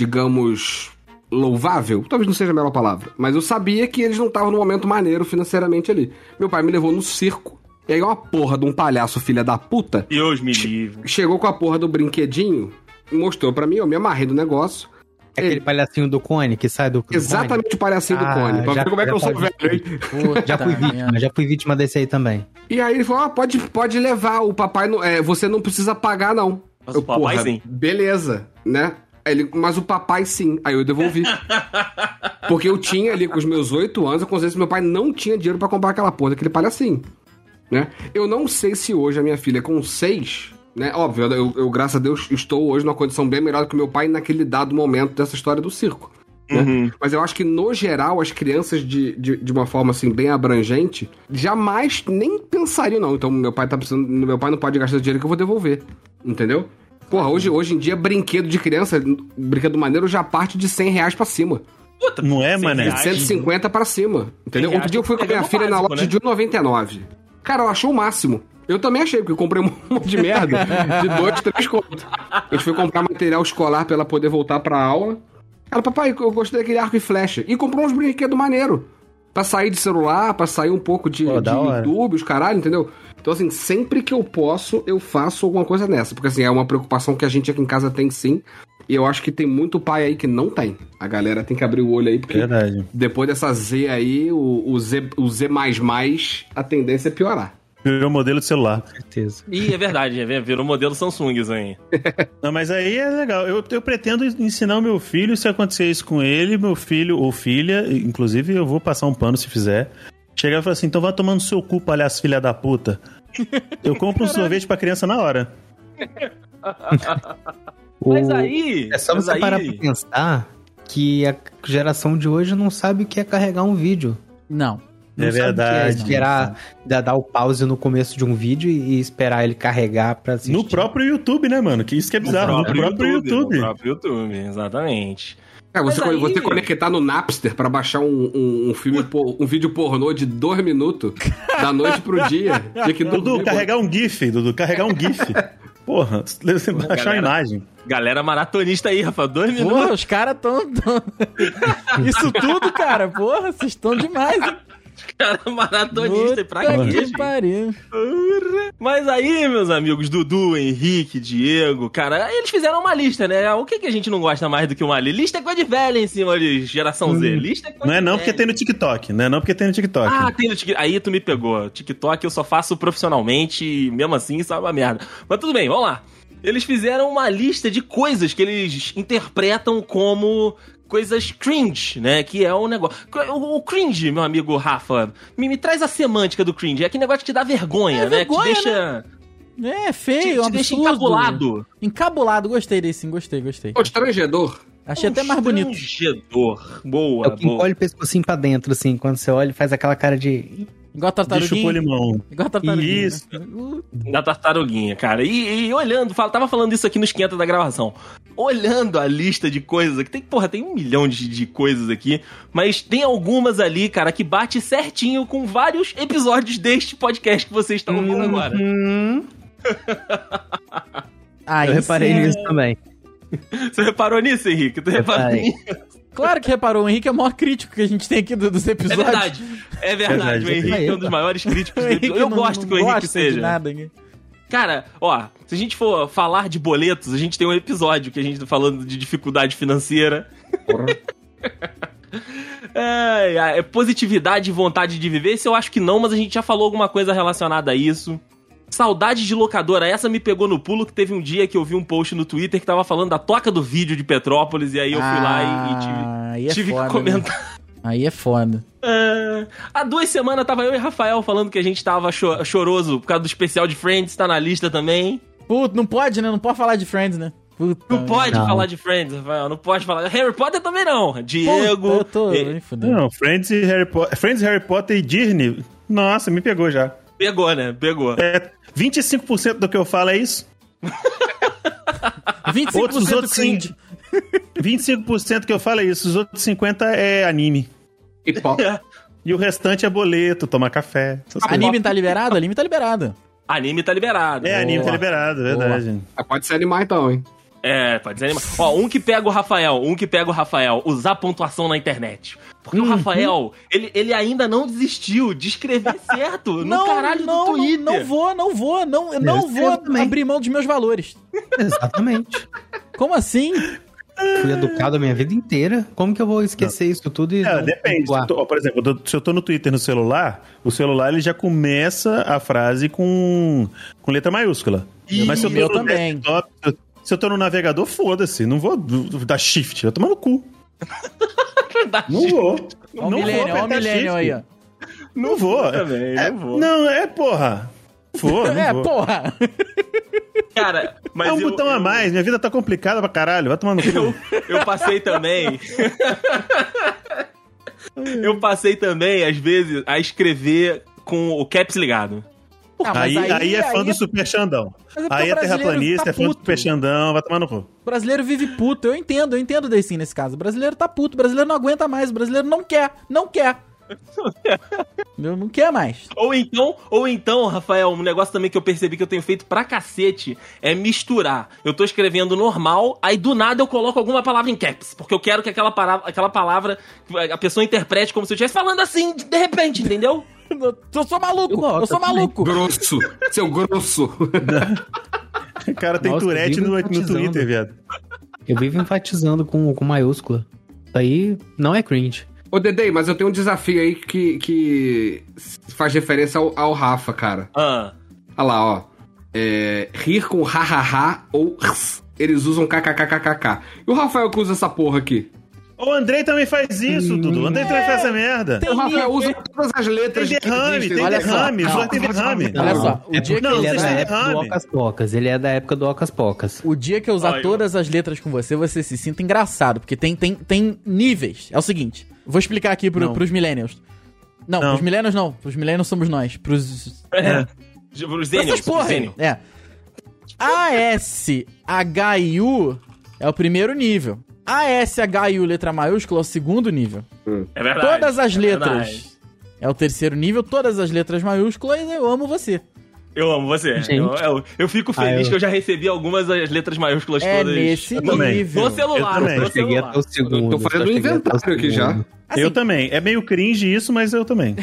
[SPEAKER 5] digamos, louvável. Talvez não seja a melhor palavra. Mas eu sabia que eles não estavam num momento maneiro financeiramente ali. Meu pai me levou no circo. E aí uma porra de um palhaço filha da puta
[SPEAKER 3] Deus me livre.
[SPEAKER 5] chegou com a porra do brinquedinho, mostrou pra mim, eu me amarrei do negócio.
[SPEAKER 4] É aquele
[SPEAKER 5] Ele-
[SPEAKER 4] palhacinho do cone que sai do. do cone?
[SPEAKER 5] Exatamente o palhacinho
[SPEAKER 4] Ah,
[SPEAKER 5] do cone. Pra
[SPEAKER 4] já-
[SPEAKER 5] ver como é que
[SPEAKER 4] já
[SPEAKER 5] eu sou
[SPEAKER 4] pode-
[SPEAKER 5] velho, hein?
[SPEAKER 2] Puta
[SPEAKER 4] Já fui vítima, né?
[SPEAKER 2] merda.
[SPEAKER 4] Ah, já fui vítima desse aí também.
[SPEAKER 5] E aí ele falou: ah, pode, pode levar, o papai não. É, você não precisa pagar, não.
[SPEAKER 3] Mas o papai sim.
[SPEAKER 5] Beleza, né? Aí Ele, mas o papai sim. Aí eu devolvi. Porque eu tinha ali com os meus oito anos, eu consciência que meu pai não tinha dinheiro pra comprar aquela porra daquele palhacinho. Né? Eu não sei se hoje a minha filha com seis, né? Óbvio, eu, eu, graças a Deus estou hoje numa condição bem melhor do que meu pai naquele dado momento dessa história do circo. Mas eu acho que, no geral, as crianças, de, de, de uma forma assim, bem abrangente, jamais nem pensariam, não. Então, meu pai tá precisando. Meu pai não pode gastar dinheiro que eu vou devolver. Entendeu? Porra, hoje, hoje em dia, brinquedo de criança, brinquedo maneiro, já parte de 100 reais pra cima.
[SPEAKER 3] Puta,
[SPEAKER 6] Não é,
[SPEAKER 3] Sim,
[SPEAKER 6] mané?
[SPEAKER 5] De 150 pra cima. Entendeu?
[SPEAKER 3] Reais
[SPEAKER 5] Outro dia eu fui com a minha
[SPEAKER 3] pegando
[SPEAKER 5] filha na
[SPEAKER 3] básico,
[SPEAKER 5] loja
[SPEAKER 3] né?
[SPEAKER 5] de 1,99. Cara, ela achou o máximo. Eu também achei, porque eu comprei um monte de merda de dois, três contos. Eu fui comprar material escolar pra ela poder voltar pra aula. Ela, papai, eu gostei daquele arco e flecha. E comprou uns brinquedos maneiro. Pra sair de celular, pra sair um pouco de,
[SPEAKER 4] Pô,
[SPEAKER 5] de
[SPEAKER 4] da hora.
[SPEAKER 5] YouTube, os caralho, entendeu? Então, assim, sempre que eu posso, eu faço alguma coisa nessa. Porque, assim, é uma preocupação que a gente aqui em casa tem sim. E eu acho que tem muito pai aí que não tem. A galera tem que abrir o olho aí, porque
[SPEAKER 6] Verdade.
[SPEAKER 5] depois dessa Z aí, o, o Z, o Z++, a tendência é piorar.
[SPEAKER 6] Virou modelo de celular.
[SPEAKER 4] certeza.
[SPEAKER 3] Ih, é verdade, é, virou modelo Samsung isso aí.
[SPEAKER 6] Não, mas aí é legal. Eu, eu pretendo ensinar o meu filho, se acontecer isso com ele, meu filho ou filha, inclusive eu vou passar um pano se fizer. Chegar e falar assim, então vai tomando seu cu, palhaço filha da puta. Eu compro um sorvete pra criança na hora.
[SPEAKER 3] Mas
[SPEAKER 4] O-
[SPEAKER 3] aí.
[SPEAKER 4] É só
[SPEAKER 3] mas
[SPEAKER 4] você
[SPEAKER 3] aí,
[SPEAKER 4] parar pra pensar que a geração de hoje não sabe o que é carregar um vídeo.
[SPEAKER 2] Não.
[SPEAKER 4] Não
[SPEAKER 6] É
[SPEAKER 4] sabe o que
[SPEAKER 6] verdade.
[SPEAKER 4] esperar dar, dar o pause no começo de um vídeo e esperar ele carregar pra assistir.
[SPEAKER 6] No próprio YouTube, né, mano? Que isso que é
[SPEAKER 3] No
[SPEAKER 6] bizarro. No
[SPEAKER 3] próprio,
[SPEAKER 6] próprio, YouTube.
[SPEAKER 3] No próprio YouTube, exatamente.
[SPEAKER 5] É, você,
[SPEAKER 3] Mas aí-
[SPEAKER 5] você conectar no Napster pra baixar um, um, um filme, por- um vídeo pornô de dois minutos, da noite pro dia. Tinha que
[SPEAKER 6] Dudu,
[SPEAKER 5] dormir,
[SPEAKER 6] carregar um GIF, Dudu, carregar um GIF. Porra, você baixar a
[SPEAKER 3] galera.
[SPEAKER 6] imagem.
[SPEAKER 3] Galera maratonista aí, Rafa, dois minutos.
[SPEAKER 2] Porra, os caras tão, tão- Isso tudo, cara. Porra, vocês estão demais. hein?
[SPEAKER 3] Cara maratonista, e pra
[SPEAKER 2] Puta que
[SPEAKER 3] quê? gente?
[SPEAKER 2] pariu.
[SPEAKER 3] Mas aí, meus amigos, Dudu, Henrique, Diego, cara, eles fizeram uma lista, né? O que, que a gente não gosta mais do que uma lista? Lista é coisa de velha em cima de geração Z. Lista é coisa
[SPEAKER 6] Não é
[SPEAKER 3] de
[SPEAKER 6] não
[SPEAKER 3] velha.
[SPEAKER 6] porque tem no TikTok. Não é não porque tem no TikTok.
[SPEAKER 3] Ah, tem no TikTok. Aí tu me pegou. TikTok eu só faço profissionalmente e mesmo assim isso é uma merda. Mas tudo bem, vamos lá. Eles fizeram uma lista de coisas que eles interpretam como coisas cringe, né? Que é um negócio. O o cringe, meu amigo Rafa, me, me traz a semântica do cringe. É aquele negócio que te dá vergonha,
[SPEAKER 2] É
[SPEAKER 3] né?
[SPEAKER 2] vergonha,
[SPEAKER 3] que te deixa.
[SPEAKER 2] É
[SPEAKER 3] Te,
[SPEAKER 2] feio,
[SPEAKER 3] te
[SPEAKER 2] um
[SPEAKER 3] deixa
[SPEAKER 2] absurdo.
[SPEAKER 3] encabulado.
[SPEAKER 2] Encabulado, gostei desse, sim, gostei, gostei.
[SPEAKER 5] Constrangedor.
[SPEAKER 2] Achei até mais bonito.
[SPEAKER 3] Constrangedor. Boa,
[SPEAKER 4] É o que
[SPEAKER 3] boa.
[SPEAKER 4] encolhe o pescocinho pra dentro, assim. Quando você olha, faz aquela cara de.
[SPEAKER 2] Igual a
[SPEAKER 6] Deixa Chupa
[SPEAKER 2] tartaruguinha.
[SPEAKER 6] o limão.
[SPEAKER 2] Igual a tartaruguinha.
[SPEAKER 6] Isso.
[SPEAKER 2] né? Uh,
[SPEAKER 3] Da tartaruguinha, cara. E, e olhando, fala- tava falando isso aqui no esquenta da gravação. Olhando a lista de coisas aqui, tem, porra, tem um milhão de, de coisas aqui, mas tem algumas ali, cara, que bate certinho com vários episódios deste podcast que vocês estão ouvindo
[SPEAKER 2] Uhum.
[SPEAKER 3] agora.
[SPEAKER 4] Hum,
[SPEAKER 2] Aí
[SPEAKER 4] eu reparei
[SPEAKER 2] sim.
[SPEAKER 4] nisso também.
[SPEAKER 3] Você reparou nisso, Henrique? Tu reparou
[SPEAKER 4] Reparei.
[SPEAKER 3] nisso?
[SPEAKER 2] Claro que reparou, o Henrique é o maior crítico que a gente tem aqui do- dos
[SPEAKER 3] É
[SPEAKER 2] episódios.
[SPEAKER 3] verdade. É verdade.
[SPEAKER 6] Verdade,
[SPEAKER 3] O Henrique é um dos maiores críticos.
[SPEAKER 2] O
[SPEAKER 3] do
[SPEAKER 2] Henrique
[SPEAKER 3] episódio. Eu
[SPEAKER 2] não-
[SPEAKER 3] gosto
[SPEAKER 2] não
[SPEAKER 3] que o Henrique
[SPEAKER 2] gosta
[SPEAKER 3] seja.
[SPEAKER 2] De nada, hein?
[SPEAKER 3] Cara, ó, se a gente for falar de boletos, a gente tem um episódio que a gente tá falando de dificuldade financeira. É, é, é positividade e vontade de viver, se eu acho que não, mas a gente já falou alguma coisa relacionada a isso. Saudade de locadora, essa me pegou no pulo que teve um dia que eu vi um post no Twitter que tava falando da toca do vídeo de Petrópolis, e aí eu fui lá e- e, tive,
[SPEAKER 2] aí é
[SPEAKER 3] tive
[SPEAKER 2] foda,
[SPEAKER 3] que
[SPEAKER 2] né?
[SPEAKER 3] comentar.
[SPEAKER 2] Aí é foda.
[SPEAKER 3] É, há duas semanas tava eu e Rafael falando que a gente tava cho- choroso por causa do especial de Friends, tá na lista também.
[SPEAKER 2] Puta, não pode, né? Não pode falar de Friends, né? Puta,
[SPEAKER 3] Não pode
[SPEAKER 4] Não.
[SPEAKER 3] falar de Friends, Rafael. Não pode falar. Harry Potter também não.
[SPEAKER 2] Puta,
[SPEAKER 3] Diego.
[SPEAKER 2] eu tô
[SPEAKER 3] eh,
[SPEAKER 2] me fudendo.
[SPEAKER 6] Não, Friends e Harry Potter. Friends, Harry Potter e Disney. Nossa, me pegou já.
[SPEAKER 3] Pegou, né? Pegou.
[SPEAKER 6] É 25% do que eu falo é isso.
[SPEAKER 2] 25%
[SPEAKER 6] Outros-
[SPEAKER 2] do
[SPEAKER 6] outros sim.
[SPEAKER 2] cringe.
[SPEAKER 6] 25% que eu falo é isso. Os outros 50% é anime.
[SPEAKER 5] E pó.
[SPEAKER 6] E o restante é boleto, tomar café. essas coisas.
[SPEAKER 2] Anime tá liberado? Anime tá liberado.
[SPEAKER 3] Anime tá liberado.
[SPEAKER 6] É, anime tá
[SPEAKER 2] Boa.
[SPEAKER 6] liberado, verdade.
[SPEAKER 5] Ah, Pode se animar então, hein?
[SPEAKER 3] É, pode desanimar. Ó, um que pega o Rafael, um que pega o Rafael, usar pontuação na internet. Porque o Rafael, ele, ele ainda não desistiu de escrever certo no caralho
[SPEAKER 2] não,
[SPEAKER 3] do Twitter.
[SPEAKER 2] Não, não vou, não vou, não, eu não
[SPEAKER 4] Eu
[SPEAKER 2] vou
[SPEAKER 4] também.
[SPEAKER 2] abrir mão dos meus valores.
[SPEAKER 4] Exatamente.
[SPEAKER 2] Como assim?
[SPEAKER 4] Fui educado a minha vida inteira. Como que eu vou esquecer isso tudo e.
[SPEAKER 6] É,
[SPEAKER 4] não
[SPEAKER 6] depende. Se eu
[SPEAKER 4] pontuar?
[SPEAKER 6] tô- ó, por exemplo, eu tô- se eu tô no Twitter no celular, o celular ele já começa a frase com, com letra maiúscula.
[SPEAKER 2] Ih,
[SPEAKER 6] Mas se eu
[SPEAKER 2] meu
[SPEAKER 6] tô no
[SPEAKER 2] também.
[SPEAKER 6] desktop, se eu- se eu tô no navegador, foda-se. Não vou d- d- dar shift, eu tomar no cu.
[SPEAKER 3] Tá,
[SPEAKER 6] Não vou.
[SPEAKER 2] Ó o
[SPEAKER 6] não vou
[SPEAKER 2] milênio, ó o
[SPEAKER 6] apertar
[SPEAKER 2] milênio
[SPEAKER 6] shift.
[SPEAKER 2] aí, ó.
[SPEAKER 6] Não vou.
[SPEAKER 3] também,
[SPEAKER 6] é,
[SPEAKER 3] não vou.
[SPEAKER 6] Não, é porra. Não vou, não
[SPEAKER 2] é,
[SPEAKER 6] vou.
[SPEAKER 2] porra.
[SPEAKER 3] Cara, mas
[SPEAKER 6] é um
[SPEAKER 3] eu-
[SPEAKER 6] botão a
[SPEAKER 3] eu-
[SPEAKER 6] mais, minha vida tá complicada pra caralho, vai tomar no cu.
[SPEAKER 3] Eu passei também. eu passei também, às vezes, a escrever com o caps ligado.
[SPEAKER 2] Ah, mas
[SPEAKER 6] aí, aí, é fã do
[SPEAKER 2] é-
[SPEAKER 6] Super Xandão.
[SPEAKER 2] Mas é porque
[SPEAKER 6] Aí
[SPEAKER 2] o
[SPEAKER 6] é
[SPEAKER 2] brasileiro
[SPEAKER 6] terraplanista,
[SPEAKER 2] tá
[SPEAKER 6] é fã do
[SPEAKER 2] puto.
[SPEAKER 6] Super Xandão, vai tomar no cu.
[SPEAKER 2] O brasileiro vive puto, eu entendo, eu entendo daí sim nesse caso. O brasileiro tá puto, o brasileiro não aguenta mais, o brasileiro não quer, não quer. Meu, não quer mais.
[SPEAKER 3] Ou então, ou então, Rafael, um negócio também que eu percebi que eu tenho feito pra cacete é misturar. Eu tô escrevendo normal, aí do nada eu coloco alguma palavra em caps, porque eu quero que aquela palavra, aquela palavra a pessoa interprete como se eu estivesse falando assim, de repente, entendeu?
[SPEAKER 2] Eu sou maluco, eu,
[SPEAKER 4] gosto
[SPEAKER 2] sou
[SPEAKER 4] também.
[SPEAKER 2] maluco.
[SPEAKER 5] Grosso. Seu grosso.
[SPEAKER 6] O cara tem
[SPEAKER 4] Nossa,
[SPEAKER 6] Tourette
[SPEAKER 4] vive
[SPEAKER 6] no, no
[SPEAKER 4] empatizando.
[SPEAKER 6] Twitter, viado.
[SPEAKER 4] Eu vivo enfatizando com, com maiúscula. Isso aí não é cringe.
[SPEAKER 5] Ô, Dedei, mas eu tenho um desafio aí que, que faz referência ao, ao Rafa, cara.
[SPEAKER 3] Ah,
[SPEAKER 5] Olha lá, ó. É, rir com hahaha ou rs. Eles usam kkkkk. E o Rafael que usa essa porra aqui?
[SPEAKER 6] O Andrei também faz isso,
[SPEAKER 2] Hum.
[SPEAKER 6] Dudu. O Andrei também faz essa merda.
[SPEAKER 5] O Rafael usa todas as
[SPEAKER 6] Tem
[SPEAKER 5] letras que
[SPEAKER 6] derrame,
[SPEAKER 5] existem.
[SPEAKER 6] tem
[SPEAKER 2] Olha só,
[SPEAKER 6] derrame. O
[SPEAKER 2] calma,
[SPEAKER 6] Flor tem derrame.
[SPEAKER 2] Olha só, o
[SPEAKER 4] é
[SPEAKER 2] dia
[SPEAKER 4] porque
[SPEAKER 2] que-
[SPEAKER 6] Não,
[SPEAKER 4] ele é
[SPEAKER 6] vocês
[SPEAKER 4] da
[SPEAKER 6] têm
[SPEAKER 4] época do
[SPEAKER 6] derrame.
[SPEAKER 4] Ocas Pocas. Ele é da época do Ocas Pocas.
[SPEAKER 2] O dia que eu usar
[SPEAKER 3] Aí, ó.
[SPEAKER 2] todas as letras com você, você se sinta engraçado, porque tem, tem, tem níveis. É o seguinte, vou explicar aqui pro,
[SPEAKER 6] Não.
[SPEAKER 2] pros millennials. Não,
[SPEAKER 6] Não.
[SPEAKER 2] pros millennials não, pros millennials somos nós, pros...
[SPEAKER 3] é. Os Zenials,
[SPEAKER 2] Essas porra
[SPEAKER 3] os
[SPEAKER 2] aí.
[SPEAKER 3] Zenials.
[SPEAKER 2] É. ASHIU é o primeiro nível. ASHIU, letra maiúscula, é o segundo nível.
[SPEAKER 3] É verdade.
[SPEAKER 2] todas as
[SPEAKER 3] é
[SPEAKER 2] letras
[SPEAKER 3] verdade.
[SPEAKER 2] é o terceiro nível, todas as letras maiúsculas, eu amo você.
[SPEAKER 3] Eu amo você.
[SPEAKER 4] Gente.
[SPEAKER 3] Eu, eu- eu fico feliz
[SPEAKER 4] Ah, eu-
[SPEAKER 3] que eu já recebi algumas das letras maiúsculas
[SPEAKER 2] É
[SPEAKER 3] todas.
[SPEAKER 2] nesse
[SPEAKER 6] Eu também.
[SPEAKER 2] nível.
[SPEAKER 3] No celular,
[SPEAKER 6] Eu também.
[SPEAKER 3] no
[SPEAKER 6] É, Eu
[SPEAKER 4] Cheguei
[SPEAKER 3] celular.
[SPEAKER 4] até o segundo.
[SPEAKER 5] Eu tô fazendo
[SPEAKER 4] só
[SPEAKER 5] um
[SPEAKER 4] cheguei até o
[SPEAKER 5] inventário aqui já.
[SPEAKER 4] segundo.
[SPEAKER 2] Assim,
[SPEAKER 6] Eu também. É meio cringe isso, mas eu também.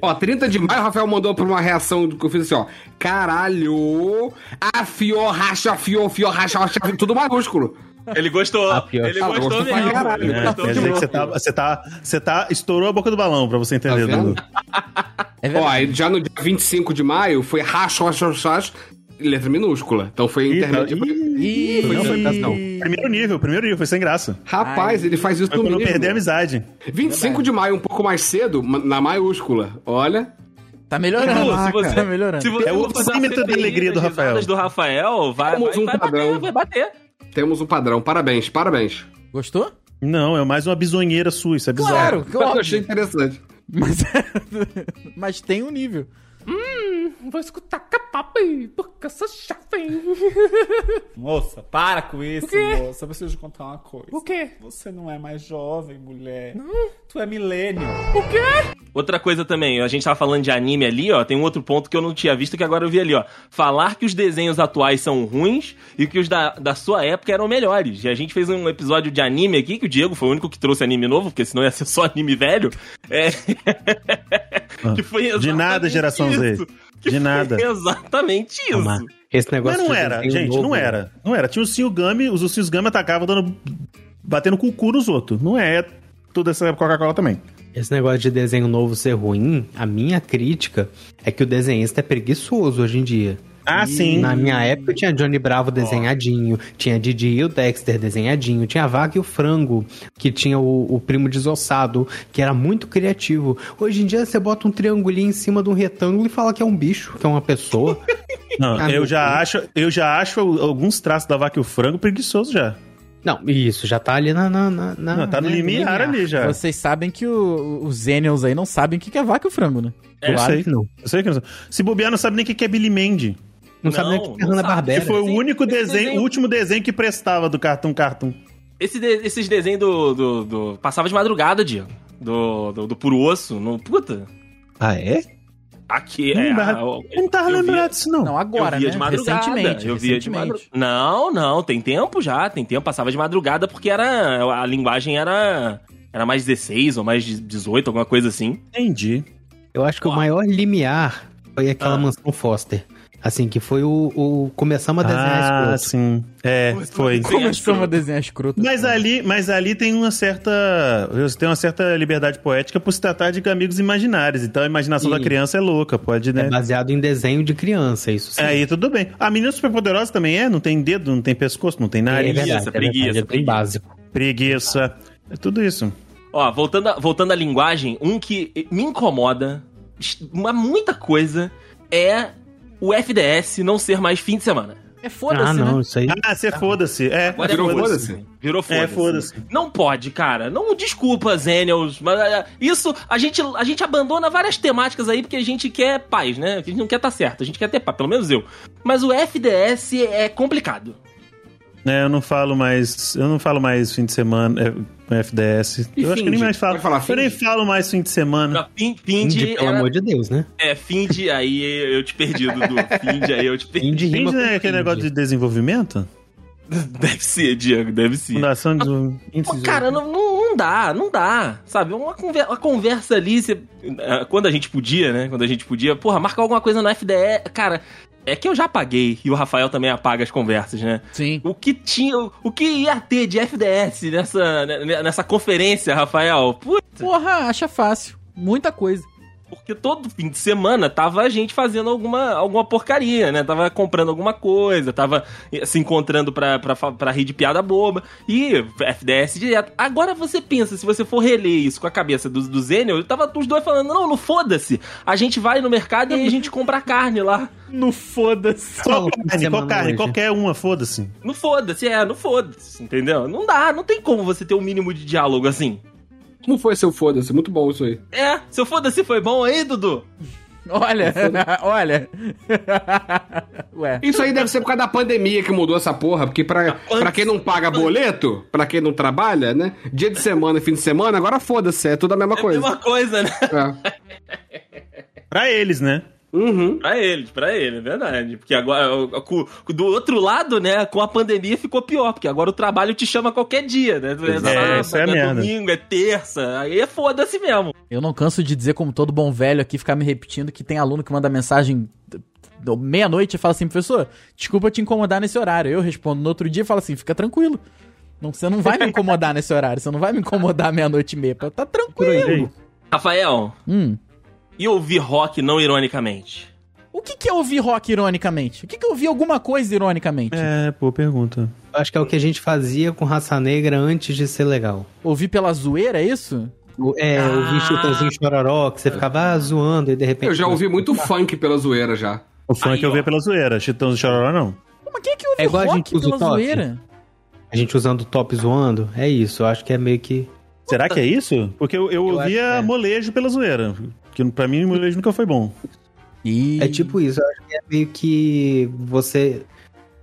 [SPEAKER 5] Ó, 30 de maio, o Rafael mandou pra uma reação que eu fiz assim, ó. Caralho! Afiou, racha, afiou, fio, racha, racha, afiou", tudo maiúsculo.
[SPEAKER 3] Ele gostou.
[SPEAKER 4] Ah, pior.
[SPEAKER 3] Ele
[SPEAKER 5] Ah,
[SPEAKER 3] gostou
[SPEAKER 5] gostou pra
[SPEAKER 3] mesmo.
[SPEAKER 5] caralho,
[SPEAKER 3] Ele
[SPEAKER 5] né?
[SPEAKER 6] É,
[SPEAKER 3] gostou
[SPEAKER 6] quer dizer
[SPEAKER 3] mesmo.
[SPEAKER 6] que você tá, você, tá, você tá. Estourou a boca do balão, pra você entender,
[SPEAKER 5] Tá vendo?
[SPEAKER 6] Dudu.
[SPEAKER 2] É
[SPEAKER 5] Ó,
[SPEAKER 2] verdade.
[SPEAKER 5] aí já no dia 25 de maio foi racha, racha, racha, letra minúscula. Então foi
[SPEAKER 6] Ih, tá-
[SPEAKER 5] intermédio.
[SPEAKER 2] é
[SPEAKER 6] Ih,
[SPEAKER 2] Ih,
[SPEAKER 5] Foi
[SPEAKER 6] não, foi
[SPEAKER 5] não.
[SPEAKER 6] Primeiro nível, primeiro nível, foi sem graça.
[SPEAKER 5] Rapaz, ele faz isso
[SPEAKER 6] Foi pra
[SPEAKER 5] no
[SPEAKER 6] não perder a
[SPEAKER 5] mesmo.
[SPEAKER 6] amizade.
[SPEAKER 5] 25 de maio, um pouco mais cedo, ma- na maiúscula. Olha.
[SPEAKER 2] tá melhorando.
[SPEAKER 3] Caraca.
[SPEAKER 2] Tá melhorando.
[SPEAKER 3] Tipo, Se você
[SPEAKER 6] É o
[SPEAKER 3] for fazer a
[SPEAKER 6] címetro da
[SPEAKER 3] CPI
[SPEAKER 6] alegria do
[SPEAKER 3] das
[SPEAKER 6] Rafael.
[SPEAKER 3] risadas do Rafael, vai,
[SPEAKER 5] Temos
[SPEAKER 3] vai,
[SPEAKER 5] um
[SPEAKER 3] vai bater,
[SPEAKER 5] padrão.
[SPEAKER 3] vai bater.
[SPEAKER 5] Temos um padrão. Parabéns, parabéns.
[SPEAKER 2] Gostou?
[SPEAKER 6] Não, é mais uma bisonheira sua, isso é bizarro.
[SPEAKER 2] Claro,
[SPEAKER 5] Eu
[SPEAKER 2] óbvio.
[SPEAKER 5] achei interessante.
[SPEAKER 2] Mas, mas tem um nível.
[SPEAKER 7] Vou escutar capapi, porque eu sou jovem.
[SPEAKER 8] Moça, para com isso,
[SPEAKER 7] quê?
[SPEAKER 8] moça. Eu preciso te contar uma coisa.
[SPEAKER 7] O quê?
[SPEAKER 8] Você não é mais jovem, mulher. Tu é milênio.
[SPEAKER 7] O quê?
[SPEAKER 3] Outra coisa também, a gente tava falando de anime ali, ó, tem um outro ponto que eu não tinha visto que agora eu vi ali, ó. Falar que os desenhos atuais são ruins e que os da, da sua época eram melhores. E a gente fez um episódio de anime aqui, que o Diego foi o único que trouxe anime novo, porque senão ia ser só anime velho. É... que foi
[SPEAKER 6] Ah, De nada,
[SPEAKER 3] exatamente
[SPEAKER 6] geração Z.
[SPEAKER 3] isso.
[SPEAKER 6] De
[SPEAKER 3] foi
[SPEAKER 6] nada.
[SPEAKER 3] Exatamente isso.
[SPEAKER 4] Toma. Esse
[SPEAKER 6] Mas
[SPEAKER 4] negócio
[SPEAKER 6] não
[SPEAKER 4] de
[SPEAKER 6] era,
[SPEAKER 4] desenho
[SPEAKER 6] gente,
[SPEAKER 4] novo,
[SPEAKER 6] não era. Não era. Tinha o Shinigami, os Shinigami atacavam dando. batendo com o cu nos outros. Não é toda essa Coca-Cola também.
[SPEAKER 4] Esse negócio de desenho novo ser ruim, a minha crítica é que o desenhista é preguiçoso hoje em dia.
[SPEAKER 6] Ah, sim.
[SPEAKER 4] Na minha época tinha Johnny Bravo desenhadinho, tinha Didi e o Dexter desenhadinho, tinha a Vaca e o Frango, que tinha o, o Primo Desossado, que era muito criativo. Hoje em dia você bota um triangulinho em cima de um retângulo e fala que é um bicho, que é uma pessoa.
[SPEAKER 6] Não,
[SPEAKER 4] Ah,
[SPEAKER 6] eu
[SPEAKER 4] não.
[SPEAKER 6] já acho, eu já acho alguns traços da vaca e o frango preguiçoso já.
[SPEAKER 4] Não, isso, já tá ali na... na, na, na-
[SPEAKER 6] Não, tá no
[SPEAKER 4] né,
[SPEAKER 6] limiar ali já.
[SPEAKER 3] É.
[SPEAKER 2] Vocês sabem que o- os Zenials aí não sabem o que que é vaca e o frango, né?
[SPEAKER 6] Eu
[SPEAKER 4] Claro
[SPEAKER 6] sei.
[SPEAKER 4] que não.
[SPEAKER 6] Eu sei que não. Se bobear, não sabe nem o que que é Billy Mandy.
[SPEAKER 4] Não, sabe nem
[SPEAKER 3] Não,
[SPEAKER 4] o que é
[SPEAKER 3] não sabe.
[SPEAKER 6] Que
[SPEAKER 4] Hanna-Barbera.
[SPEAKER 6] foi o
[SPEAKER 3] Sim,
[SPEAKER 6] único
[SPEAKER 3] esse
[SPEAKER 6] desenho,
[SPEAKER 3] desenho-
[SPEAKER 6] o último desenho que prestava do Cartoon Cartoon.
[SPEAKER 3] Esse de- esses desenhos do, do, do- Passava de madrugada, Diego. Do, do, do puro osso. No, puta.
[SPEAKER 6] Ah, é?
[SPEAKER 3] Aqui
[SPEAKER 6] Não
[SPEAKER 3] é.
[SPEAKER 6] dá.
[SPEAKER 3] a- o-
[SPEAKER 6] Eu Hum, não tava
[SPEAKER 3] Eu
[SPEAKER 6] lembrado
[SPEAKER 3] via-
[SPEAKER 6] disso, não.
[SPEAKER 2] Não, agora,
[SPEAKER 3] eu via
[SPEAKER 2] né?
[SPEAKER 3] de madrugada.
[SPEAKER 2] recentemente.
[SPEAKER 3] eu via de
[SPEAKER 2] recentemente.
[SPEAKER 3] madrugada. Não, não, tem tempo já, tem tempo. Passava de madrugada porque era. A linguagem era. Era mais 16 ou mais 18, alguma coisa assim.
[SPEAKER 6] Entendi.
[SPEAKER 4] Eu acho que
[SPEAKER 3] Ó.
[SPEAKER 4] o maior limiar foi aquela
[SPEAKER 3] Ah.
[SPEAKER 4] mansão Foster. Assim, que foi o. o- começamos a desenhar
[SPEAKER 6] Ah,
[SPEAKER 4] escroto.
[SPEAKER 6] sim. É, foi.
[SPEAKER 3] Sim,
[SPEAKER 2] Começamos
[SPEAKER 3] acho-
[SPEAKER 2] a desenhar escroto.
[SPEAKER 6] Mas ali, mas ali tem uma certa, tem uma certa liberdade poética por se tratar de amigos imaginários. Então a imaginação da
[SPEAKER 4] Sim.
[SPEAKER 6] criança é louca, pode, né? É,
[SPEAKER 4] É baseado em desenho de criança, isso sim. É
[SPEAKER 6] Aí tudo bem. A menina superpoderosa também é, não tem dedo, não tem pescoço, não tem nariz,
[SPEAKER 3] preguiça,
[SPEAKER 4] verdade,
[SPEAKER 3] preguiça,
[SPEAKER 4] verdade, é bem
[SPEAKER 3] preguiça.
[SPEAKER 4] básico.
[SPEAKER 6] preguiça. É tudo isso.
[SPEAKER 3] Ó, voltando, a- voltando à linguagem, um que me incomoda, est- uma muita coisa, é o FDS não ser mais fim de semana.
[SPEAKER 2] É
[SPEAKER 4] Ah,
[SPEAKER 2] foda-se,
[SPEAKER 4] não,
[SPEAKER 2] né?
[SPEAKER 4] isso aí.
[SPEAKER 6] Ah, você foda-se. É,
[SPEAKER 3] Agora
[SPEAKER 5] Virou
[SPEAKER 3] é foda-se.
[SPEAKER 5] foda-se?
[SPEAKER 3] Virou foda-se.
[SPEAKER 6] É, foda-se.
[SPEAKER 3] Não pode, cara. Não desculpa, Zenials, mas é, isso a gente, a gente abandona várias temáticas aí porque a gente quer paz, né? A gente não quer estar tá certo, a gente quer ter paz, pelo menos eu. Mas o FDS é complicado.
[SPEAKER 6] É, eu não falo mais. Eu não falo mais fim de semana, é, FDS.
[SPEAKER 5] E
[SPEAKER 6] eu acho que eu nem
[SPEAKER 5] finge?
[SPEAKER 6] mais falo.
[SPEAKER 5] Vai falar
[SPEAKER 6] eu nem
[SPEAKER 5] finge?
[SPEAKER 6] falo mais fim de semana.
[SPEAKER 3] Pra Fin, Find
[SPEAKER 4] Indie, pelo
[SPEAKER 3] era-
[SPEAKER 4] amor de Deus, né?
[SPEAKER 3] é Find aí eu te perdi, Dudu. Find aí eu te perdi.
[SPEAKER 4] Indie rima
[SPEAKER 6] Finge
[SPEAKER 4] com
[SPEAKER 6] é aquele
[SPEAKER 4] indie.
[SPEAKER 6] negócio de desenvolvimento?
[SPEAKER 3] Deve ser, Diego, deve ser.
[SPEAKER 6] Fundação de
[SPEAKER 3] Pô,
[SPEAKER 6] desenvolvimento.
[SPEAKER 3] cara, não, não, não dá, não dá. Sabe, uma, conver- uma conversa ali, cê- eh, quando a gente podia, né? Quando a gente podia, porra, marcar alguma coisa no FDE. Cara, É que eu já apaguei, e o Rafael também apaga as conversas, né?
[SPEAKER 2] Sim.
[SPEAKER 3] O que tinha. O que ia ter de FDS nessa, ne- nessa conferência, Rafael? Puta,
[SPEAKER 2] Porra, acha fácil. Muita coisa.
[SPEAKER 3] porque todo fim de semana tava a gente fazendo alguma, alguma porcaria, né? Tava comprando alguma coisa, tava eh, se encontrando pra, pra, fa- pra rir de piada boba. E FDS direto. Agora você pensa, se você for reler isso com a cabeça do, do Zênio, tava os dois falando: não, não foda-se. A gente vai no mercado e a gente compra carne lá.
[SPEAKER 2] No foda-se.
[SPEAKER 6] Qual carne,
[SPEAKER 4] semana
[SPEAKER 6] qual carne,
[SPEAKER 4] hoje.
[SPEAKER 6] qualquer uma, foda-se.
[SPEAKER 3] Não foda-se, é, não foda-se, entendeu? Não dá, não tem como você ter um mínimo de diálogo assim.
[SPEAKER 5] Como foi seu foda-se? Muito bom isso aí.
[SPEAKER 3] É, seu foda-se foi bom aí, Dudu?
[SPEAKER 2] Olha, olha. Ué.
[SPEAKER 5] Isso aí deve ser por causa da pandemia que mudou essa porra, porque pra, pra quem não paga boleto, pra quem não trabalha, né? Dia de semana e fim de semana, agora foda-se, é tudo a mesma
[SPEAKER 3] É a
[SPEAKER 5] coisa.
[SPEAKER 3] mesma coisa, né?
[SPEAKER 5] É.
[SPEAKER 6] Pra eles, né?
[SPEAKER 5] Uhum.
[SPEAKER 3] Pra eles, pra ele, é verdade. Porque agora, o- o- com- com- do outro lado, né, com a pandemia ficou pior, porque agora o trabalho te chama qualquer dia, né? É,
[SPEAKER 6] É, isso é merda.
[SPEAKER 3] domingo, é terça, aí é foda-se mesmo.
[SPEAKER 2] Eu não canso de dizer, como todo bom velho aqui, ficar me repetindo que tem aluno que manda mensagem d- d- meia-noite e fala assim, professor, desculpa te incomodar nesse horário. Eu respondo no outro dia e falo assim, fica tranquilo. Não, você não vai me incomodar nesse horário, você não vai me incomodar meia-noite e meia. Tá tranquilo.
[SPEAKER 3] Rafael,
[SPEAKER 2] Hum.
[SPEAKER 3] e ouvir rock não ironicamente?
[SPEAKER 2] O que, que é ouvir rock ironicamente? O que, que é ouvir alguma coisa ironicamente?
[SPEAKER 6] É, pô, pergunta.
[SPEAKER 4] Acho que é o que a gente fazia com raça negra antes de ser legal.
[SPEAKER 2] Ouvir pela zoeira, é isso?
[SPEAKER 4] O- É,
[SPEAKER 3] Ah.
[SPEAKER 4] ouvir Chitãozinho Chororó, que você ficava ah, zoando e de repente.
[SPEAKER 5] Eu já ouvi muito funk pela zoeira já.
[SPEAKER 6] O funk
[SPEAKER 3] Aí,
[SPEAKER 6] eu
[SPEAKER 3] ó.
[SPEAKER 6] via pela zoeira, Chitãozinho e Chororó não.
[SPEAKER 2] Mas quem é que ouve
[SPEAKER 4] É igual a
[SPEAKER 2] rock
[SPEAKER 4] gente usa o
[SPEAKER 2] pela
[SPEAKER 4] top.
[SPEAKER 2] zoeira?
[SPEAKER 4] A gente usando top zoando. É isso, eu acho que é meio que.
[SPEAKER 6] Será que é isso? Porque eu, eu
[SPEAKER 4] Eu
[SPEAKER 6] ouvia
[SPEAKER 4] acho que é.
[SPEAKER 6] molejo pela zoeira. Que pra mim, molejo nunca foi bom.
[SPEAKER 2] Ih,
[SPEAKER 4] É tipo isso, eu acho que é meio que você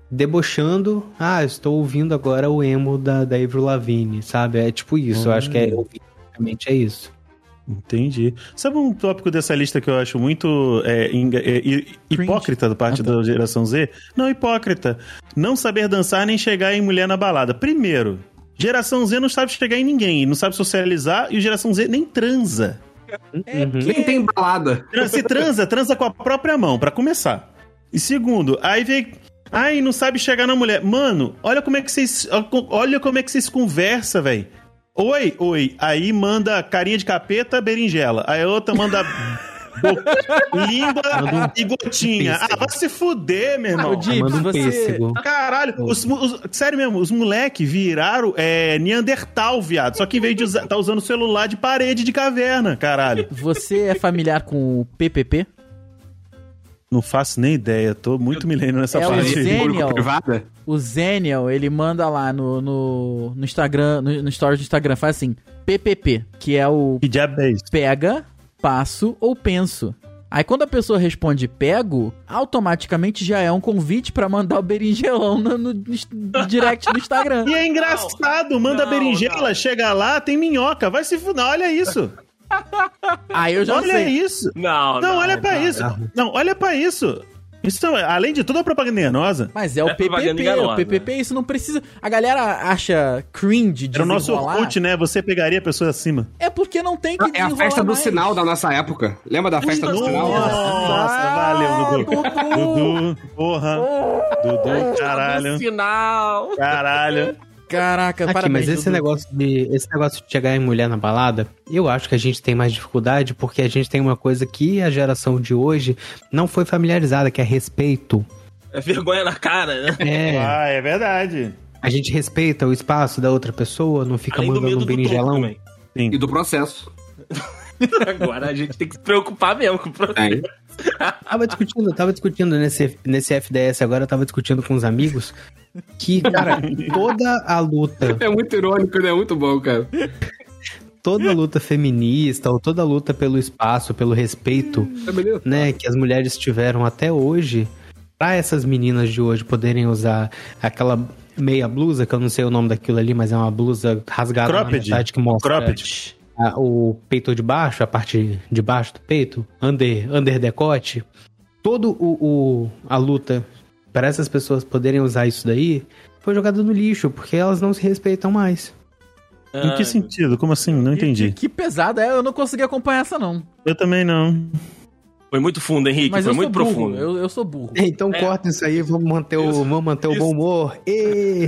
[SPEAKER 4] debochando. Ah, eu estou ouvindo agora o emo da, da Avril Lavigne, sabe? É tipo isso, eu acho que é. Realmente é isso.
[SPEAKER 6] Entendi. Sabe um tópico dessa lista que eu acho muito é, inga- é, hi- hipócrita da parte
[SPEAKER 2] Ah, tá.
[SPEAKER 6] da geração Z? Não, hipócrita. Não saber dançar nem chegar em mulher na balada. Primeiro, geração Z não sabe chegar em ninguém, não sabe socializar e geração Z nem transa.
[SPEAKER 5] Nem tem balada.
[SPEAKER 6] Tran- Se transa, transa com a própria mão, pra começar. E segundo, aí vem. Ai, não sabe chegar na mulher. Mano, olha como é que vocês. Olha como é que vocês conversa, velho. Oi, oi. Aí manda carinha de capeta, berinjela. Aí a outra manda. bo- língua e gotinha. Ah, vai se fuder, meu irmão.
[SPEAKER 2] Ah, o Dips,
[SPEAKER 4] Manda um
[SPEAKER 2] você...
[SPEAKER 6] né?
[SPEAKER 4] pêssego.
[SPEAKER 6] Caralho, os- os- sério mesmo, os moleque viraram é, Neandertal, viado. Só que em vez de usar, tá usando celular de parede de caverna, caralho.
[SPEAKER 2] Você é familiar com o PPP?
[SPEAKER 6] Não faço nem ideia, tô muito milênio nessa
[SPEAKER 2] É
[SPEAKER 5] um
[SPEAKER 2] o
[SPEAKER 6] parte.
[SPEAKER 2] Zé-
[SPEAKER 5] Público
[SPEAKER 2] Genial.
[SPEAKER 5] privada?
[SPEAKER 2] O Zenial, ele manda lá no, no, no Instagram, no, no story do Instagram, faz assim, PPP, que é o
[SPEAKER 6] Que diabo é isso?
[SPEAKER 2] pega, passo ou penso. Aí quando a pessoa responde pego, automaticamente já é um convite pra mandar o berinjelão no, no- no direct do Instagram.
[SPEAKER 6] E é engraçado, manda
[SPEAKER 3] Não,
[SPEAKER 6] berinjela, chega lá, tem minhoca, vai se fuder. Olha isso.
[SPEAKER 2] Aí eu já
[SPEAKER 6] olha
[SPEAKER 2] sei.
[SPEAKER 6] isso.
[SPEAKER 3] Não,
[SPEAKER 6] Não, olha pra isso. Não, olha pra isso. Isso, além de tudo, é uma propaganda enganosa.
[SPEAKER 2] Mas é o
[SPEAKER 3] É propaganda
[SPEAKER 2] PPP, o
[SPEAKER 3] enganosa.
[SPEAKER 2] PPP isso não precisa... A galera acha cringe de
[SPEAKER 6] Era o nosso Orkut, né? Você pegaria a pessoa acima.
[SPEAKER 2] É porque não tem que
[SPEAKER 5] É a
[SPEAKER 2] desenrolar
[SPEAKER 5] festa do
[SPEAKER 2] mais.
[SPEAKER 5] sinal da nossa época. Lembra da festa do
[SPEAKER 6] Nossa,
[SPEAKER 5] sinal?
[SPEAKER 6] valeu, Dudu.
[SPEAKER 2] Dudu.
[SPEAKER 6] Dudu, porra. Dudu,
[SPEAKER 3] No
[SPEAKER 6] caralho.
[SPEAKER 3] Sinal.
[SPEAKER 6] Caralho.
[SPEAKER 2] Caraca,
[SPEAKER 4] Aqui,
[SPEAKER 2] parabéns.
[SPEAKER 4] mas esse
[SPEAKER 2] Dudu.
[SPEAKER 4] negócio, de, esse negócio de chegar em mulher na balada, eu acho que a gente tem mais dificuldade porque a gente tem uma coisa que a geração de hoje não foi familiarizada, que é respeito.
[SPEAKER 3] É vergonha na cara, né?
[SPEAKER 4] É,
[SPEAKER 6] Ah, é verdade.
[SPEAKER 4] a gente respeita o espaço da outra pessoa, não fica
[SPEAKER 3] Além do
[SPEAKER 4] mandando
[SPEAKER 3] medo
[SPEAKER 4] um
[SPEAKER 3] do né? tronco
[SPEAKER 4] berinjelão.
[SPEAKER 3] também.
[SPEAKER 5] E do processo.
[SPEAKER 3] Agora a gente tem que se preocupar mesmo com o processo.
[SPEAKER 5] Tem.
[SPEAKER 4] Tava discutindo, tava discutindo nesse, nesse FDS agora, eu tava discutindo com os amigos que, cara, toda a luta
[SPEAKER 5] É muito irônico, né? Muito bom, cara.
[SPEAKER 4] toda luta feminista ou toda luta pelo espaço, pelo respeito,
[SPEAKER 5] É beleza.
[SPEAKER 4] né, que as mulheres tiveram até hoje, pra essas meninas de hoje poderem usar aquela meia blusa, que eu não sei o nome daquilo ali, mas é uma blusa rasgada na
[SPEAKER 6] Cropped.
[SPEAKER 4] metade que mostra
[SPEAKER 6] Cropped.
[SPEAKER 4] a- o peito de baixo, a parte de baixo do peito, under, under decote, todo o, o- a luta para essas pessoas poderem usar isso daí foi jogada no lixo, porque elas não se respeitam mais.
[SPEAKER 6] Em que
[SPEAKER 3] Ah,
[SPEAKER 6] sentido? Como assim? Não entendi.
[SPEAKER 2] Que pesado, é, eu não consegui acompanhar essa não.
[SPEAKER 6] Eu também não.
[SPEAKER 3] Foi muito fundo, Henrique.
[SPEAKER 2] Mas
[SPEAKER 3] foi
[SPEAKER 2] eu
[SPEAKER 3] muito
[SPEAKER 2] sou burro.
[SPEAKER 3] profundo.
[SPEAKER 2] Eu, eu sou burro.
[SPEAKER 4] Então corta isso aí, vamos manter, o, vamos manter o bom humor. E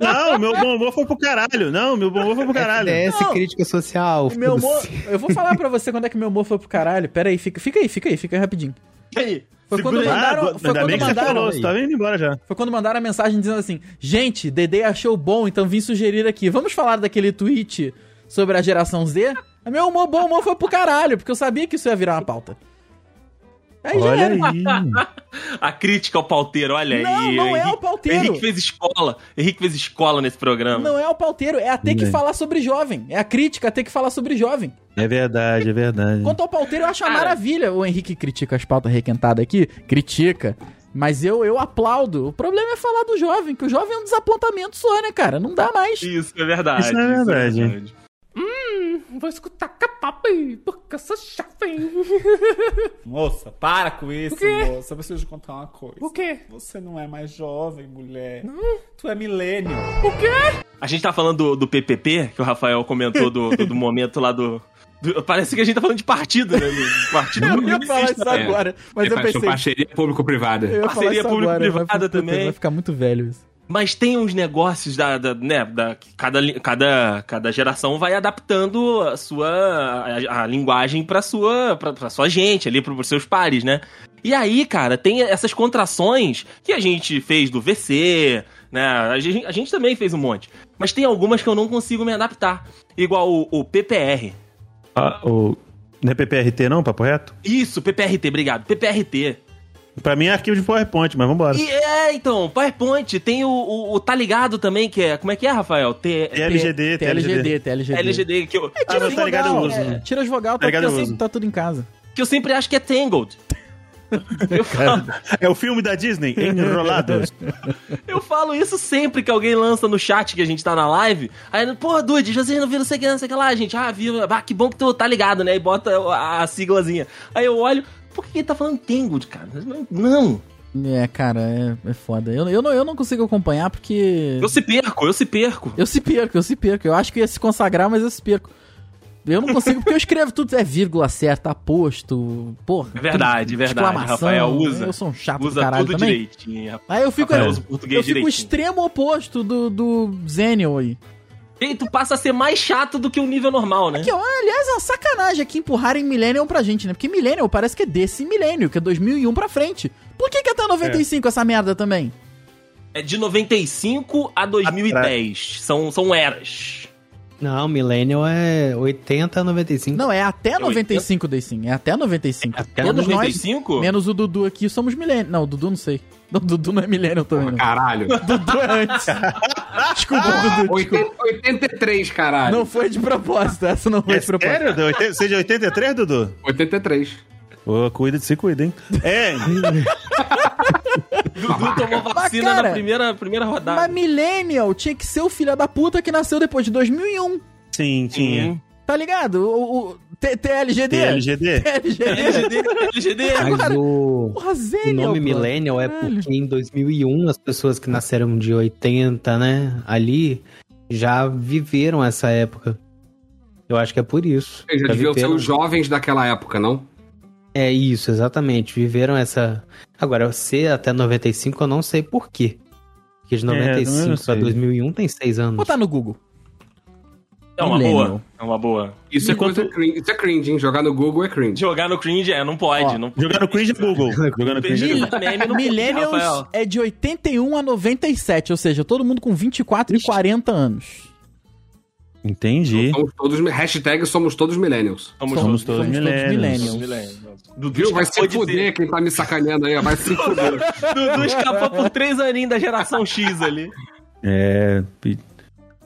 [SPEAKER 6] Não, meu bom humor foi pro caralho. Não, meu bom humor foi pro
[SPEAKER 2] É,
[SPEAKER 6] caralho.
[SPEAKER 4] DS,
[SPEAKER 2] Não.
[SPEAKER 4] é crítica social.
[SPEAKER 2] O meu humor.
[SPEAKER 4] foda-se.
[SPEAKER 2] Eu vou falar pra você quando é que meu humor foi pro caralho. Pera aí, fica, fica aí, fica aí, fica aí rapidinho.
[SPEAKER 3] E aí?
[SPEAKER 2] Foi quando
[SPEAKER 6] Ah,
[SPEAKER 2] mandaram.
[SPEAKER 6] bo-
[SPEAKER 2] foi
[SPEAKER 6] ainda
[SPEAKER 2] quando
[SPEAKER 6] bem que você
[SPEAKER 2] mandaram.
[SPEAKER 6] falou, você tava indo embora já.
[SPEAKER 2] Foi quando mandaram a mensagem dizendo assim: Gente, Dede achou bom, então vim sugerir aqui. Vamos falar daquele tweet sobre a geração Z? É, Meu humor, bom humor foi pro caralho, porque eu sabia que isso ia virar uma pauta. Aí né? já
[SPEAKER 6] Olha
[SPEAKER 2] era.
[SPEAKER 6] aí.
[SPEAKER 3] A crítica ao pauteiro, olha
[SPEAKER 2] Não,
[SPEAKER 3] aí.
[SPEAKER 2] não é
[SPEAKER 3] Henrique-
[SPEAKER 2] o pauteiro.
[SPEAKER 3] Henrique fez escola. Henrique fez escola nesse programa.
[SPEAKER 2] Não é o pauteiro, é a ter que
[SPEAKER 6] Bem.
[SPEAKER 2] falar sobre jovem. É a crítica a ter que falar sobre jovem.
[SPEAKER 6] É verdade, é verdade.
[SPEAKER 2] Quanto ao pauteiro, eu acho uma
[SPEAKER 3] Cara.
[SPEAKER 2] maravilha. O Henrique critica as pautas requentadas aqui. Critica. Mas eu, eu aplaudo. O problema é falar do jovem, que o jovem é um desapontamento só, né, cara? Não dá mais.
[SPEAKER 3] Isso é verdade.
[SPEAKER 6] Isso é verdade.
[SPEAKER 7] Vou escutar capapi, porque eu sou jovem.
[SPEAKER 8] Moça, para com isso,
[SPEAKER 7] O quê?
[SPEAKER 8] moça. Eu preciso te contar uma coisa.
[SPEAKER 7] O quê?
[SPEAKER 8] Você não é mais jovem, mulher. Tu é milênio.
[SPEAKER 7] O quê?
[SPEAKER 3] A gente tá falando do, do PPP, que o Rafael comentou do, do, do momento lá do, do- Parece que a gente tá falando de partido, né? Do partido
[SPEAKER 2] Eu ia falar isso
[SPEAKER 3] comunista, né?
[SPEAKER 2] agora, mas eu
[SPEAKER 5] É, Parece uma
[SPEAKER 2] pensei.
[SPEAKER 5] Parceria público-privada.
[SPEAKER 2] Eu ia falar
[SPEAKER 3] Parceria
[SPEAKER 2] isso
[SPEAKER 3] público-privada
[SPEAKER 2] vai- puta,
[SPEAKER 3] também.
[SPEAKER 2] Vai ficar muito velho isso.
[SPEAKER 3] Mas tem uns negócios da, da- né, da que cada, li- cada, cada geração vai adaptando a sua a, a linguagem pra sua pra, pra sua gente ali para seus pares, né? E aí, cara, tem essas contrações que a gente fez do VC, né? A gente, a gente também fez um monte, mas tem algumas que eu não consigo me adaptar, igual o, o PPR.
[SPEAKER 6] Ah, o... Não é PPRT não, papo reto?
[SPEAKER 3] Isso, PPRT, obrigado. PPRT.
[SPEAKER 6] Pra mim é arquivo de PowerPoint, mas vambora.
[SPEAKER 3] E é, então, PowerPoint, tem o, o, o tá ligado também, que é. Como é que é, Rafael? T,
[SPEAKER 6] TLGD, TLGD.
[SPEAKER 2] TLGD, TLGD.
[SPEAKER 3] LGD, que eu,
[SPEAKER 6] Ah, não, tá ligado, eu uso.
[SPEAKER 2] É, tira as vogal, tá,
[SPEAKER 6] Tá ligado,
[SPEAKER 2] porque
[SPEAKER 6] eu
[SPEAKER 2] assim
[SPEAKER 6] uso.
[SPEAKER 2] tá tudo em casa.
[SPEAKER 3] que eu sempre acho que é Tangled. Eu falo,
[SPEAKER 6] É o filme da Disney, Enrolados.
[SPEAKER 3] eu falo isso sempre que alguém lança no chat que a gente tá na live. Aí, porra, Dude, vocês não viram não sei o que, não sei o que lá, gente. Ah, viu, ah, que bom que tu tá ligado, né? E bota a, a siglazinha. Aí eu olho, por que ele tá falando Tangled, cara? Não, Não,
[SPEAKER 2] É, cara, é, é foda. Eu, eu, não, eu não consigo acompanhar porque.
[SPEAKER 3] eu se perco, eu se perco.
[SPEAKER 2] Eu se perco, eu se perco. Eu acho que ia se consagrar, mas eu se perco. Eu não consigo porque eu escrevo tudo. É vírgula certa, aposto. Porra.
[SPEAKER 3] É verdade, é verdade.
[SPEAKER 2] exclamação.
[SPEAKER 3] Rafael usa.
[SPEAKER 2] Eu sou um chato do
[SPEAKER 3] Usa
[SPEAKER 2] caralho
[SPEAKER 3] tudo
[SPEAKER 2] também.
[SPEAKER 3] direitinho. rapaz.
[SPEAKER 2] Aí eu fico.
[SPEAKER 3] Rafael usa
[SPEAKER 2] Eu,
[SPEAKER 3] o português
[SPEAKER 2] fico o
[SPEAKER 3] direitinho.
[SPEAKER 2] extremo oposto do, do Zenion aí.
[SPEAKER 3] E aí tu passa a ser mais chato do que o nível normal, né?
[SPEAKER 2] Que, ó, aliás, é uma sacanagem aqui empurrarem Millennium pra gente, né? Porque Millennium parece que é desse milênio, que é 2001 pra frente. Por que que é até 95 essa merda também?
[SPEAKER 3] É de 95 a 2010. São, são eras.
[SPEAKER 4] Não, Millennial é 80 a 95.
[SPEAKER 2] Não, é até
[SPEAKER 3] É
[SPEAKER 2] 95, Day sim. É até 95.
[SPEAKER 4] Até
[SPEAKER 2] menos nós,
[SPEAKER 3] 95?
[SPEAKER 2] menos o Dudu aqui, somos Millennium. Não, o Dudu não sei. Não, o Dudu não é Millennium também. não.
[SPEAKER 5] Caralho.
[SPEAKER 2] Dudu é antes. Desculpa, Dudu. Desculpa.
[SPEAKER 5] 80, 83, caralho.
[SPEAKER 2] Não foi de propósito, essa não foi
[SPEAKER 6] É
[SPEAKER 2] de propósito.
[SPEAKER 6] sério? Do oitenta- Você é de 83, Dudu?
[SPEAKER 5] 83.
[SPEAKER 6] Ô, cuida de se cuida, hein? É,
[SPEAKER 3] Dudu tomou vacina
[SPEAKER 2] Mas, cara,
[SPEAKER 3] na primeira, primeira rodada.
[SPEAKER 2] Mas Millennial tinha que ser o filho da puta que nasceu depois de 2001.
[SPEAKER 6] sim, tinha.
[SPEAKER 3] Sim.
[SPEAKER 2] Tá ligado? O, o T- TLGD.
[SPEAKER 6] TLGD?
[SPEAKER 2] TLGD.
[SPEAKER 3] LGD, LGD.
[SPEAKER 4] Mas
[SPEAKER 2] Agora-
[SPEAKER 4] o,
[SPEAKER 2] Porra,
[SPEAKER 4] o
[SPEAKER 2] Zenial,
[SPEAKER 4] nome
[SPEAKER 2] brother.
[SPEAKER 4] Millennial é
[SPEAKER 2] Caralho.
[SPEAKER 4] porque em 2001 as pessoas que nasceram de 80, né, ali, já viveram essa época. Eu acho que é por isso.
[SPEAKER 5] Eles já deviam
[SPEAKER 4] um-
[SPEAKER 5] ser os jovens daquela época, não?
[SPEAKER 4] É isso, exatamente. Viveram essa. Agora, ser até 95, eu não sei por quê. Porque de
[SPEAKER 6] É, também não
[SPEAKER 4] 95 pra
[SPEAKER 6] sei.
[SPEAKER 4] 2001 tem 6
[SPEAKER 2] Vou
[SPEAKER 4] anos.
[SPEAKER 2] botar no Google.
[SPEAKER 3] É uma
[SPEAKER 2] Millennial.
[SPEAKER 3] boa. É uma boa.
[SPEAKER 5] Isso é,
[SPEAKER 6] Enquanto-
[SPEAKER 5] coisa cringe, isso é cringe, hein? Jogar no Google é cringe.
[SPEAKER 3] Jogar no cringe, é, não pode.
[SPEAKER 2] Ó,
[SPEAKER 3] não pode.
[SPEAKER 6] Jogar no cringe Google. Jogar no cringe
[SPEAKER 3] Mil-
[SPEAKER 6] Google.
[SPEAKER 3] meme não-
[SPEAKER 2] Millennials
[SPEAKER 3] Rafael.
[SPEAKER 2] é de 81 a 97, ou seja, todo mundo com 24 e 40 anos.
[SPEAKER 6] Entendi.
[SPEAKER 5] Somos todos, hashtag somos todos millennials.
[SPEAKER 3] Somos,
[SPEAKER 6] Somos
[SPEAKER 3] somos
[SPEAKER 6] todos millennials.
[SPEAKER 3] Dudu
[SPEAKER 5] Viu? Vai se
[SPEAKER 3] escapou de
[SPEAKER 5] fuder
[SPEAKER 3] ser-
[SPEAKER 5] quem tá me sacaneando aí, ó. vai se fuder.
[SPEAKER 3] Dudu escapou por três aninhos da geração X ali.
[SPEAKER 6] É. pi-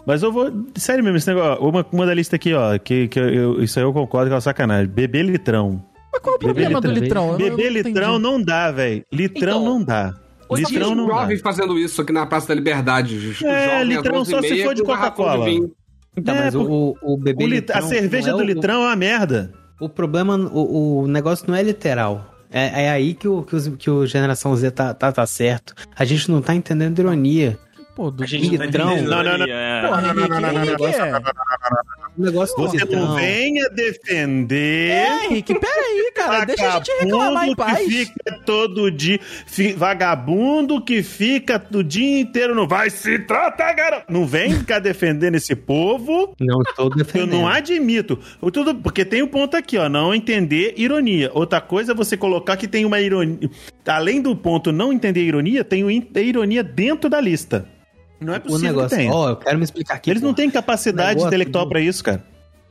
[SPEAKER 6] Mas eu vou. Sério mesmo, esse negócio. ó, Uma, uma da lista aqui, ó. Que, que eu- eu- isso aí eu concordo que é uma sacanagem. Bebê litrão.
[SPEAKER 2] Mas qual é o
[SPEAKER 6] Bebê
[SPEAKER 2] problema do litrão? Eu- eu
[SPEAKER 6] Bebê
[SPEAKER 2] não entendi.
[SPEAKER 6] litrão não dá, velho. Litrão
[SPEAKER 3] Então,
[SPEAKER 6] não dá.
[SPEAKER 3] hoje em dia
[SPEAKER 6] Litrão
[SPEAKER 5] Os
[SPEAKER 6] não dá.
[SPEAKER 5] jovens fazendo isso aqui na Praça da Liberdade. Os
[SPEAKER 6] É,
[SPEAKER 5] jovens às
[SPEAKER 6] litrão
[SPEAKER 5] 11 e
[SPEAKER 6] só se
[SPEAKER 5] meia
[SPEAKER 6] for de
[SPEAKER 5] com um garrafão
[SPEAKER 6] Coca-Cola.
[SPEAKER 5] de vinho.
[SPEAKER 2] tá,
[SPEAKER 4] Então,
[SPEAKER 6] É,
[SPEAKER 4] mas o-
[SPEAKER 6] por-
[SPEAKER 4] o, o bebê.
[SPEAKER 6] O lit- A
[SPEAKER 4] litrão
[SPEAKER 6] cerveja
[SPEAKER 4] não é
[SPEAKER 6] do
[SPEAKER 4] o-
[SPEAKER 6] litrão é uma merda.
[SPEAKER 4] O problema, o, o negócio não é literal. É, é aí que o, que, os- que o Geração Z tá, tá, tá certo. A gente não tá entendendo ironia.
[SPEAKER 2] Pô, do
[SPEAKER 3] A gente não tá
[SPEAKER 4] Litrão.
[SPEAKER 3] entendendo
[SPEAKER 6] Não, não, não.
[SPEAKER 3] ali, é.
[SPEAKER 2] Porra, Henrique, Henrique, é.
[SPEAKER 4] O negócio
[SPEAKER 6] Você não
[SPEAKER 4] então,
[SPEAKER 6] venha defender.
[SPEAKER 2] É, Henrique, peraí, cara. Deixa a gente reclamar em
[SPEAKER 6] Vagabundo
[SPEAKER 2] paz.
[SPEAKER 6] Que fica todo dia. fi- vagabundo que fica o dia inteiro. Não vai se tratar, garoto. Não vem ficar defendendo esse povo.
[SPEAKER 4] Não estou
[SPEAKER 6] Eu
[SPEAKER 4] defendendo.
[SPEAKER 6] não admito. O Tudo, porque tem um ponto aqui, ó. Não entender ironia. Outra coisa é você colocar que tem uma ironia. Além do ponto não entender ironia, tem o in- a ironia dentro da lista. Não é
[SPEAKER 4] o
[SPEAKER 6] possível que
[SPEAKER 4] negócio,
[SPEAKER 6] tenha.
[SPEAKER 4] ó, eu quero me explicar aqui.
[SPEAKER 6] Eles não
[SPEAKER 4] pô.
[SPEAKER 6] têm capacidade
[SPEAKER 4] negócio
[SPEAKER 6] intelectual
[SPEAKER 4] do-
[SPEAKER 6] pra isso, cara.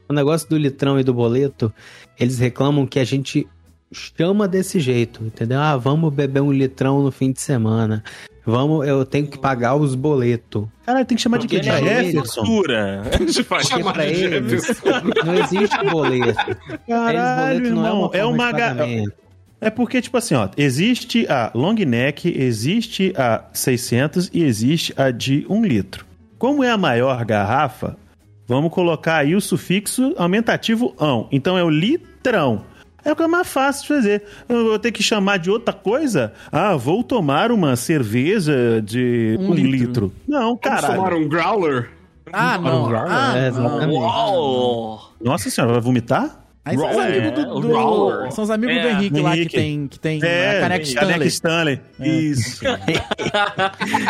[SPEAKER 4] O negócio do litrão e do boleto, eles reclamam que a gente chama desse jeito, entendeu? Ah, vamos beber um litrão no fim de semana. Vamos, eu tenho que pagar os boletos.
[SPEAKER 6] Cara, tem que chamar de quê? De
[SPEAKER 4] Porque ele é
[SPEAKER 6] Jefferson?
[SPEAKER 3] Cultura. A gente faz
[SPEAKER 4] Porque pra eles não existe boleto. Pra eles,
[SPEAKER 6] Caralho,
[SPEAKER 4] boleto não
[SPEAKER 6] irmão.
[SPEAKER 4] forma
[SPEAKER 6] É
[SPEAKER 4] de
[SPEAKER 6] uma. ga-
[SPEAKER 4] pagamento.
[SPEAKER 6] É porque, tipo assim, ó, existe a long neck, existe a 600 e existe a de 1 litro. Como é a maior garrafa, vamos colocar aí o sufixo aumentativo ão. Então é o litrão. É o que é mais fácil de fazer. Eu vou ter que chamar de outra coisa? Ah, vou tomar uma cerveja de
[SPEAKER 2] Um
[SPEAKER 6] um,
[SPEAKER 2] litro.
[SPEAKER 6] litro. Não,
[SPEAKER 5] Tomar
[SPEAKER 6] caralho.
[SPEAKER 5] um growler?
[SPEAKER 2] Ah, não. Ah,
[SPEAKER 4] É,
[SPEAKER 2] não.
[SPEAKER 4] exatamente.
[SPEAKER 3] Uau!
[SPEAKER 6] Nossa senhora, vai vomitar?
[SPEAKER 2] Aí são os
[SPEAKER 3] Roller.
[SPEAKER 2] amigos
[SPEAKER 6] É,
[SPEAKER 2] do, do-
[SPEAKER 3] Roller.
[SPEAKER 2] são os amigos do
[SPEAKER 3] É,
[SPEAKER 2] Henrique lá que
[SPEAKER 6] Henrique.
[SPEAKER 2] tem, que tem a caneca Stanley.
[SPEAKER 6] É,
[SPEAKER 2] É.
[SPEAKER 6] caneca Stanley. Isso.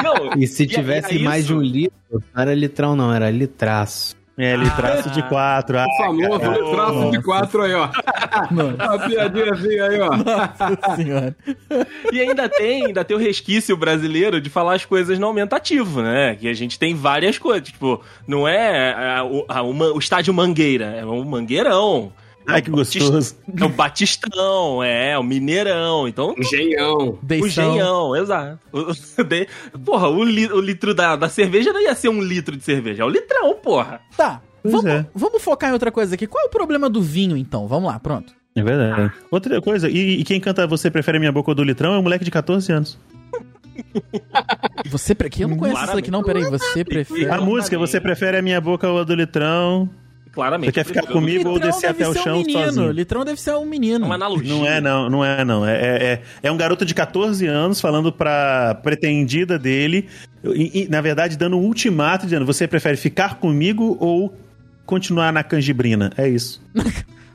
[SPEAKER 3] Não,
[SPEAKER 4] E se
[SPEAKER 3] E-
[SPEAKER 4] tivesse
[SPEAKER 3] e é
[SPEAKER 4] mais de
[SPEAKER 3] isso.
[SPEAKER 4] um litro, não era litrão, não, era litraço.
[SPEAKER 6] É, litraço de quatro. Ah,
[SPEAKER 5] O famoso
[SPEAKER 6] cara.
[SPEAKER 5] traço um de quatro aí, ó.
[SPEAKER 2] Nossa
[SPEAKER 5] Uma piadinhazinha aí, ó.
[SPEAKER 2] senhora.
[SPEAKER 3] E ainda tem, ainda tem o resquício brasileiro de falar as coisas no aumentativo, né? Que a gente tem várias coisas. Tipo, não é a- o, a- o ma- o estádio Mangueira, é um mangueirão.
[SPEAKER 6] Ai, que gostoso.
[SPEAKER 3] É o Batistão, é, o Mineirão. Então,
[SPEAKER 5] Engenhão.
[SPEAKER 3] o
[SPEAKER 2] Deição.
[SPEAKER 3] genhão, exato. O- de- Porra, o, li- o litro da, da cerveja não ia ser um litro de cerveja, é o litrão, porra.
[SPEAKER 2] Tá.
[SPEAKER 6] Pois
[SPEAKER 2] Vamos,
[SPEAKER 6] é.
[SPEAKER 2] vamos focar em outra coisa aqui. Qual é o problema do vinho, então? Vamos lá, pronto.
[SPEAKER 6] É verdade.
[SPEAKER 3] Ah.
[SPEAKER 6] Outra coisa, e, e quem canta Você Prefere Minha Boca ou do Litrão é um moleque de 14 anos.
[SPEAKER 2] Você pre... que Eu não conheço isso aqui, não. Peraí, você prefere.
[SPEAKER 6] a música, Você Prefere a Minha Boca ou a do Litrão.
[SPEAKER 3] Claramente. um
[SPEAKER 6] Você quer ficar comigo? ou descer até o chão
[SPEAKER 2] um menino.
[SPEAKER 6] sozinho.
[SPEAKER 2] Litrão deve ser um menino.
[SPEAKER 3] Uma analogia.
[SPEAKER 6] Não é, não, não é, não. É, é, é- é um garoto de 14 anos falando pra pretendida dele, e, e, na verdade dando um ultimato, dizendo: Você prefere ficar comigo ou continuar na canjibrina? É isso.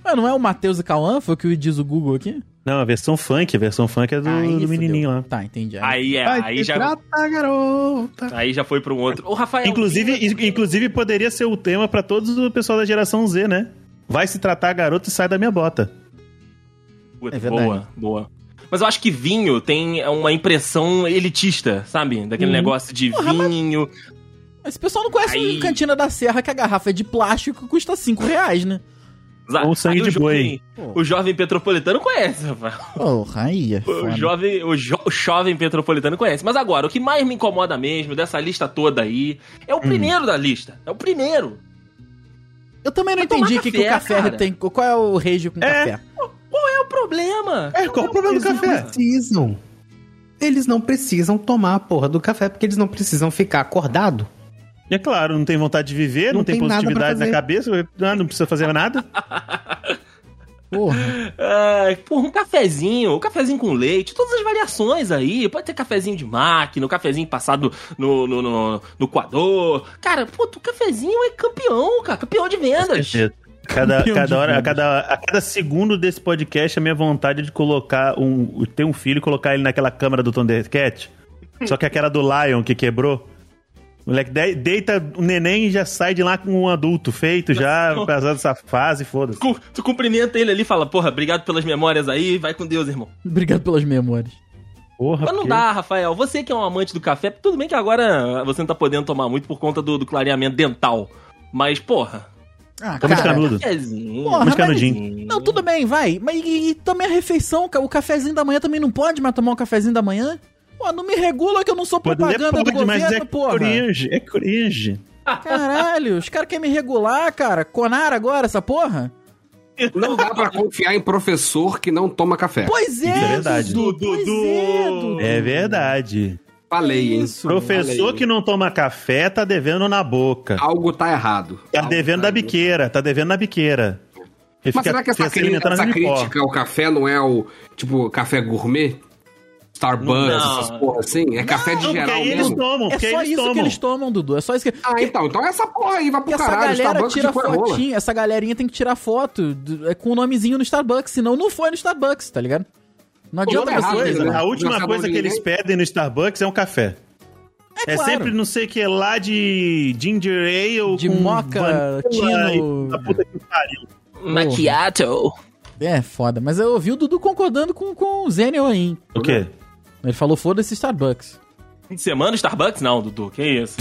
[SPEAKER 2] Ah, não é o Matheus e Cauã? Foi o que diz o Google aqui?
[SPEAKER 6] Não, a versão funk, a versão funk é do,
[SPEAKER 2] Aí,
[SPEAKER 6] do
[SPEAKER 2] fudeu.
[SPEAKER 6] menininho lá.
[SPEAKER 2] Tá, entendi.
[SPEAKER 3] Aí, é,
[SPEAKER 4] Vai
[SPEAKER 3] aí,
[SPEAKER 4] te
[SPEAKER 3] já,
[SPEAKER 4] tratar, garota.
[SPEAKER 3] aí já foi pra um outro. Ô, Rafael.
[SPEAKER 6] Inclusive, in- inclusive poderia ser o tema pra todos o pessoal da geração Z, né? Vai se tratar garoto e sai da minha bota.
[SPEAKER 3] Puta,
[SPEAKER 2] É verdade.
[SPEAKER 3] Boa, boa. Mas eu acho que vinho tem uma impressão elitista, sabe?
[SPEAKER 6] Uhum.
[SPEAKER 3] Daquele negócio de vinho.
[SPEAKER 2] Esse pessoal não conhece
[SPEAKER 3] Aí.
[SPEAKER 2] o Cantina da Serra, que a garrafa é de plástico e custa 5 reais, né?
[SPEAKER 3] Exato.
[SPEAKER 6] Ou sangue
[SPEAKER 3] Aí
[SPEAKER 6] de
[SPEAKER 3] o jovem-
[SPEAKER 2] boi.
[SPEAKER 3] O jovem petropolitano conhece, Rafael.
[SPEAKER 2] Porra, aí é
[SPEAKER 3] O
[SPEAKER 2] foda.
[SPEAKER 3] jovem, o, jo- o jovem petropolitano conhece. Mas agora, o que mais me incomoda mesmo dessa lista toda aí é o primeiro da lista. É o primeiro.
[SPEAKER 2] Eu também não
[SPEAKER 3] Vai
[SPEAKER 2] entendi o
[SPEAKER 3] tomar
[SPEAKER 2] que, que o
[SPEAKER 3] café,
[SPEAKER 2] café
[SPEAKER 3] cara.
[SPEAKER 2] tem. Qual é o rage com
[SPEAKER 6] É.
[SPEAKER 2] café?
[SPEAKER 3] Qual é o problema?
[SPEAKER 6] É, qual o problema do café?
[SPEAKER 4] precisam. Eles não precisam tomar a porra do café, porque eles não precisam ficar acordado.
[SPEAKER 6] E é claro, não tem vontade de viver, não,
[SPEAKER 4] Não
[SPEAKER 6] tem,
[SPEAKER 4] tem nada pra
[SPEAKER 6] positividade na
[SPEAKER 4] fazer.
[SPEAKER 6] cabeça, ah, não precisa fazer nada.
[SPEAKER 2] Porra.
[SPEAKER 3] Ai, porra, um cafezinho, um cafezinho com leite, todas as variações aí. Pode ter cafezinho de máquina, um cafezinho passado no, no, no, no coador. Cara, pô, o cafezinho é campeão, cara. Campeão de vendas.
[SPEAKER 6] Cada,
[SPEAKER 2] Campeão de
[SPEAKER 6] cada hora, a
[SPEAKER 2] vendas.
[SPEAKER 6] cada, a cada segundo desse podcast, a minha vontade é de colocar um. ter um filho e colocar ele naquela câmera do Thundercat. Só que aquela do Lion que quebrou. Moleque de- deita o neném e já sai de lá com um adulto feito, já passado essa fase, foda-se.
[SPEAKER 3] Cu- Tu cumprimenta ele ali e fala, porra, obrigado pelas memórias aí, vai com Deus, irmão.
[SPEAKER 2] Obrigado pelas memórias.
[SPEAKER 6] Porra,
[SPEAKER 3] Mas não
[SPEAKER 6] porque-
[SPEAKER 3] dá, Rafael. Você que é um amante do café, tudo bem que agora você não tá podendo tomar muito por conta do, do clareamento dental. Mas, porra,
[SPEAKER 2] Ah,
[SPEAKER 6] Toma de
[SPEAKER 2] cara.
[SPEAKER 6] Tá canudo.
[SPEAKER 3] cafezinho.
[SPEAKER 2] Porra,
[SPEAKER 6] Vamos
[SPEAKER 2] mas- é
[SPEAKER 6] canudinho.
[SPEAKER 2] Não, tudo bem, vai. Mas e, e também a refeição, ca- o cafezinho da manhã também não pode mais tomar um cafezinho da manhã? Pô, não me regula que eu não sou
[SPEAKER 6] Pode ler,
[SPEAKER 2] propaganda do
[SPEAKER 6] pode, mas
[SPEAKER 2] governo,
[SPEAKER 6] é
[SPEAKER 2] porra.
[SPEAKER 6] cringe, é cringe.
[SPEAKER 2] Caralho, os caras querem me regular, cara. Conar agora essa porra?
[SPEAKER 5] Não dá pra confiar em professor que não toma café.
[SPEAKER 2] Pois é,
[SPEAKER 6] Isso é verdade.
[SPEAKER 2] Dudu.
[SPEAKER 3] Dudu,
[SPEAKER 2] Pois
[SPEAKER 3] Dudu.
[SPEAKER 2] é, Dudu.
[SPEAKER 6] É verdade.
[SPEAKER 5] Falei, hein?
[SPEAKER 2] Isso.
[SPEAKER 6] Professor
[SPEAKER 5] Olha aí.
[SPEAKER 6] que não toma café tá devendo na boca.
[SPEAKER 5] Algo tá errado.
[SPEAKER 6] Tá
[SPEAKER 5] Algo
[SPEAKER 6] devendo na
[SPEAKER 5] errado.
[SPEAKER 6] biqueira, tá devendo na biqueira. Ele
[SPEAKER 5] Mas será que essa,
[SPEAKER 6] se
[SPEAKER 5] cri-
[SPEAKER 6] alimentando
[SPEAKER 5] essa
[SPEAKER 6] de pó.
[SPEAKER 5] crítica ao café não é o, tipo, café gourmet? Starbucks,
[SPEAKER 3] Não.
[SPEAKER 5] essas porra assim. É café de
[SPEAKER 6] Não, porque
[SPEAKER 5] geral
[SPEAKER 6] aí eles
[SPEAKER 5] mesmo.
[SPEAKER 6] tomam,
[SPEAKER 2] É
[SPEAKER 6] porque
[SPEAKER 2] só
[SPEAKER 6] eles
[SPEAKER 2] isso
[SPEAKER 6] tomam.
[SPEAKER 2] que eles tomam, Dudu. É só isso que.
[SPEAKER 5] Ah, então. Então essa porra aí vai pro
[SPEAKER 2] Porque essa
[SPEAKER 5] caralho.
[SPEAKER 2] galera
[SPEAKER 5] Starbucks tipo, é
[SPEAKER 2] tira
[SPEAKER 5] de Coca-Cola.
[SPEAKER 2] fotinho, essa galerinha tem que tirar foto do- é, com o nomezinho no Starbucks, senão não foi no Starbucks, tá ligado? Não
[SPEAKER 5] Pô,
[SPEAKER 2] adianta
[SPEAKER 5] tá
[SPEAKER 2] você.
[SPEAKER 5] errado,
[SPEAKER 6] Coisa,
[SPEAKER 5] né?
[SPEAKER 6] a última
[SPEAKER 5] Não
[SPEAKER 6] coisa que
[SPEAKER 5] ninguém.
[SPEAKER 6] eles pedem no Starbucks é um café. É,
[SPEAKER 2] claro.
[SPEAKER 6] sempre não sei o que lá de ginger ale
[SPEAKER 2] De
[SPEAKER 6] com
[SPEAKER 2] moca,
[SPEAKER 6] vanilla
[SPEAKER 2] tino.
[SPEAKER 6] e da puta que pariu.
[SPEAKER 3] Hum. Macchiato.
[SPEAKER 2] É, foda. Mas eu ouvi o Dudu concordando com, com o Zenion aí. hein?
[SPEAKER 6] O quê?
[SPEAKER 2] Ele falou, foda-se Starbucks.
[SPEAKER 3] Fim de semana, Starbucks? Não, Dudu, que isso?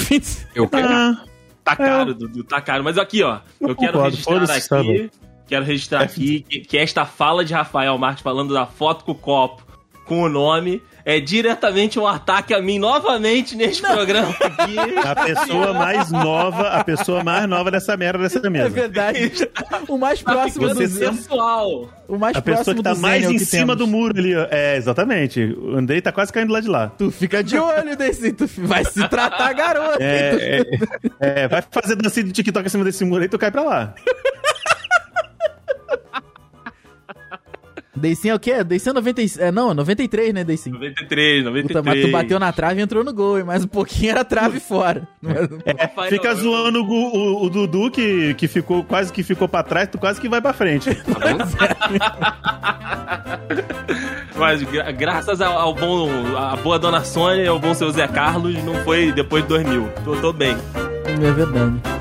[SPEAKER 5] Eu quero.
[SPEAKER 6] Ah,
[SPEAKER 3] Tá caro, Dudu, tá caro. Mas aqui, ó, eu,
[SPEAKER 6] Eu
[SPEAKER 3] quero
[SPEAKER 6] concordo,
[SPEAKER 3] registrar
[SPEAKER 6] foda-se,
[SPEAKER 3] aqui,
[SPEAKER 6] Starbucks. É.
[SPEAKER 3] quero registrar aqui que, que esta fala de Rafael Marques falando da foto com o copo com o nome é diretamente um ataque a mim novamente neste programa aqui.
[SPEAKER 6] a pessoa mais nova, a pessoa mais nova dessa merda dessa
[SPEAKER 2] É
[SPEAKER 6] mesa.
[SPEAKER 2] verdade. O mais
[SPEAKER 3] Tá
[SPEAKER 2] próximo
[SPEAKER 3] ficando
[SPEAKER 2] do
[SPEAKER 6] você
[SPEAKER 2] Zenion.
[SPEAKER 3] sensual.
[SPEAKER 2] O mais
[SPEAKER 6] A pessoa
[SPEAKER 2] próximo
[SPEAKER 6] que tá
[SPEAKER 2] do
[SPEAKER 6] mais
[SPEAKER 2] Zenion
[SPEAKER 6] em
[SPEAKER 2] que temos.
[SPEAKER 6] cima do muro ali, ó. É, exatamente. O Andrei tá quase caindo lá de lá.
[SPEAKER 2] Tu fica de olho desse, tu vai se tratar garoto. hein, tu-
[SPEAKER 6] É, é, é, vai fazer dancinha de TikTok em cima desse muro aí, tu cai pra lá.
[SPEAKER 2] Deicinho é o quê? Deicinho é 90, é, não, é 93, né, Deicinho?
[SPEAKER 3] 93, 93.
[SPEAKER 2] Puta, mas tu bateu na trave e entrou no gol, hein? Mas um pouquinho era trave fora.
[SPEAKER 3] Rafael,
[SPEAKER 6] É, Fica zoando o, Gu- o- o Dudu, que, que ficou, quase que ficou pra trás, tu quase que vai pra frente.
[SPEAKER 5] Tá vendo?
[SPEAKER 3] Mas gra- graças ao, ao bom, à boa dona Sônia e ao bom seu Zé Carlos, não foi depois de 2000. Tô, tô bem.
[SPEAKER 2] É verdade.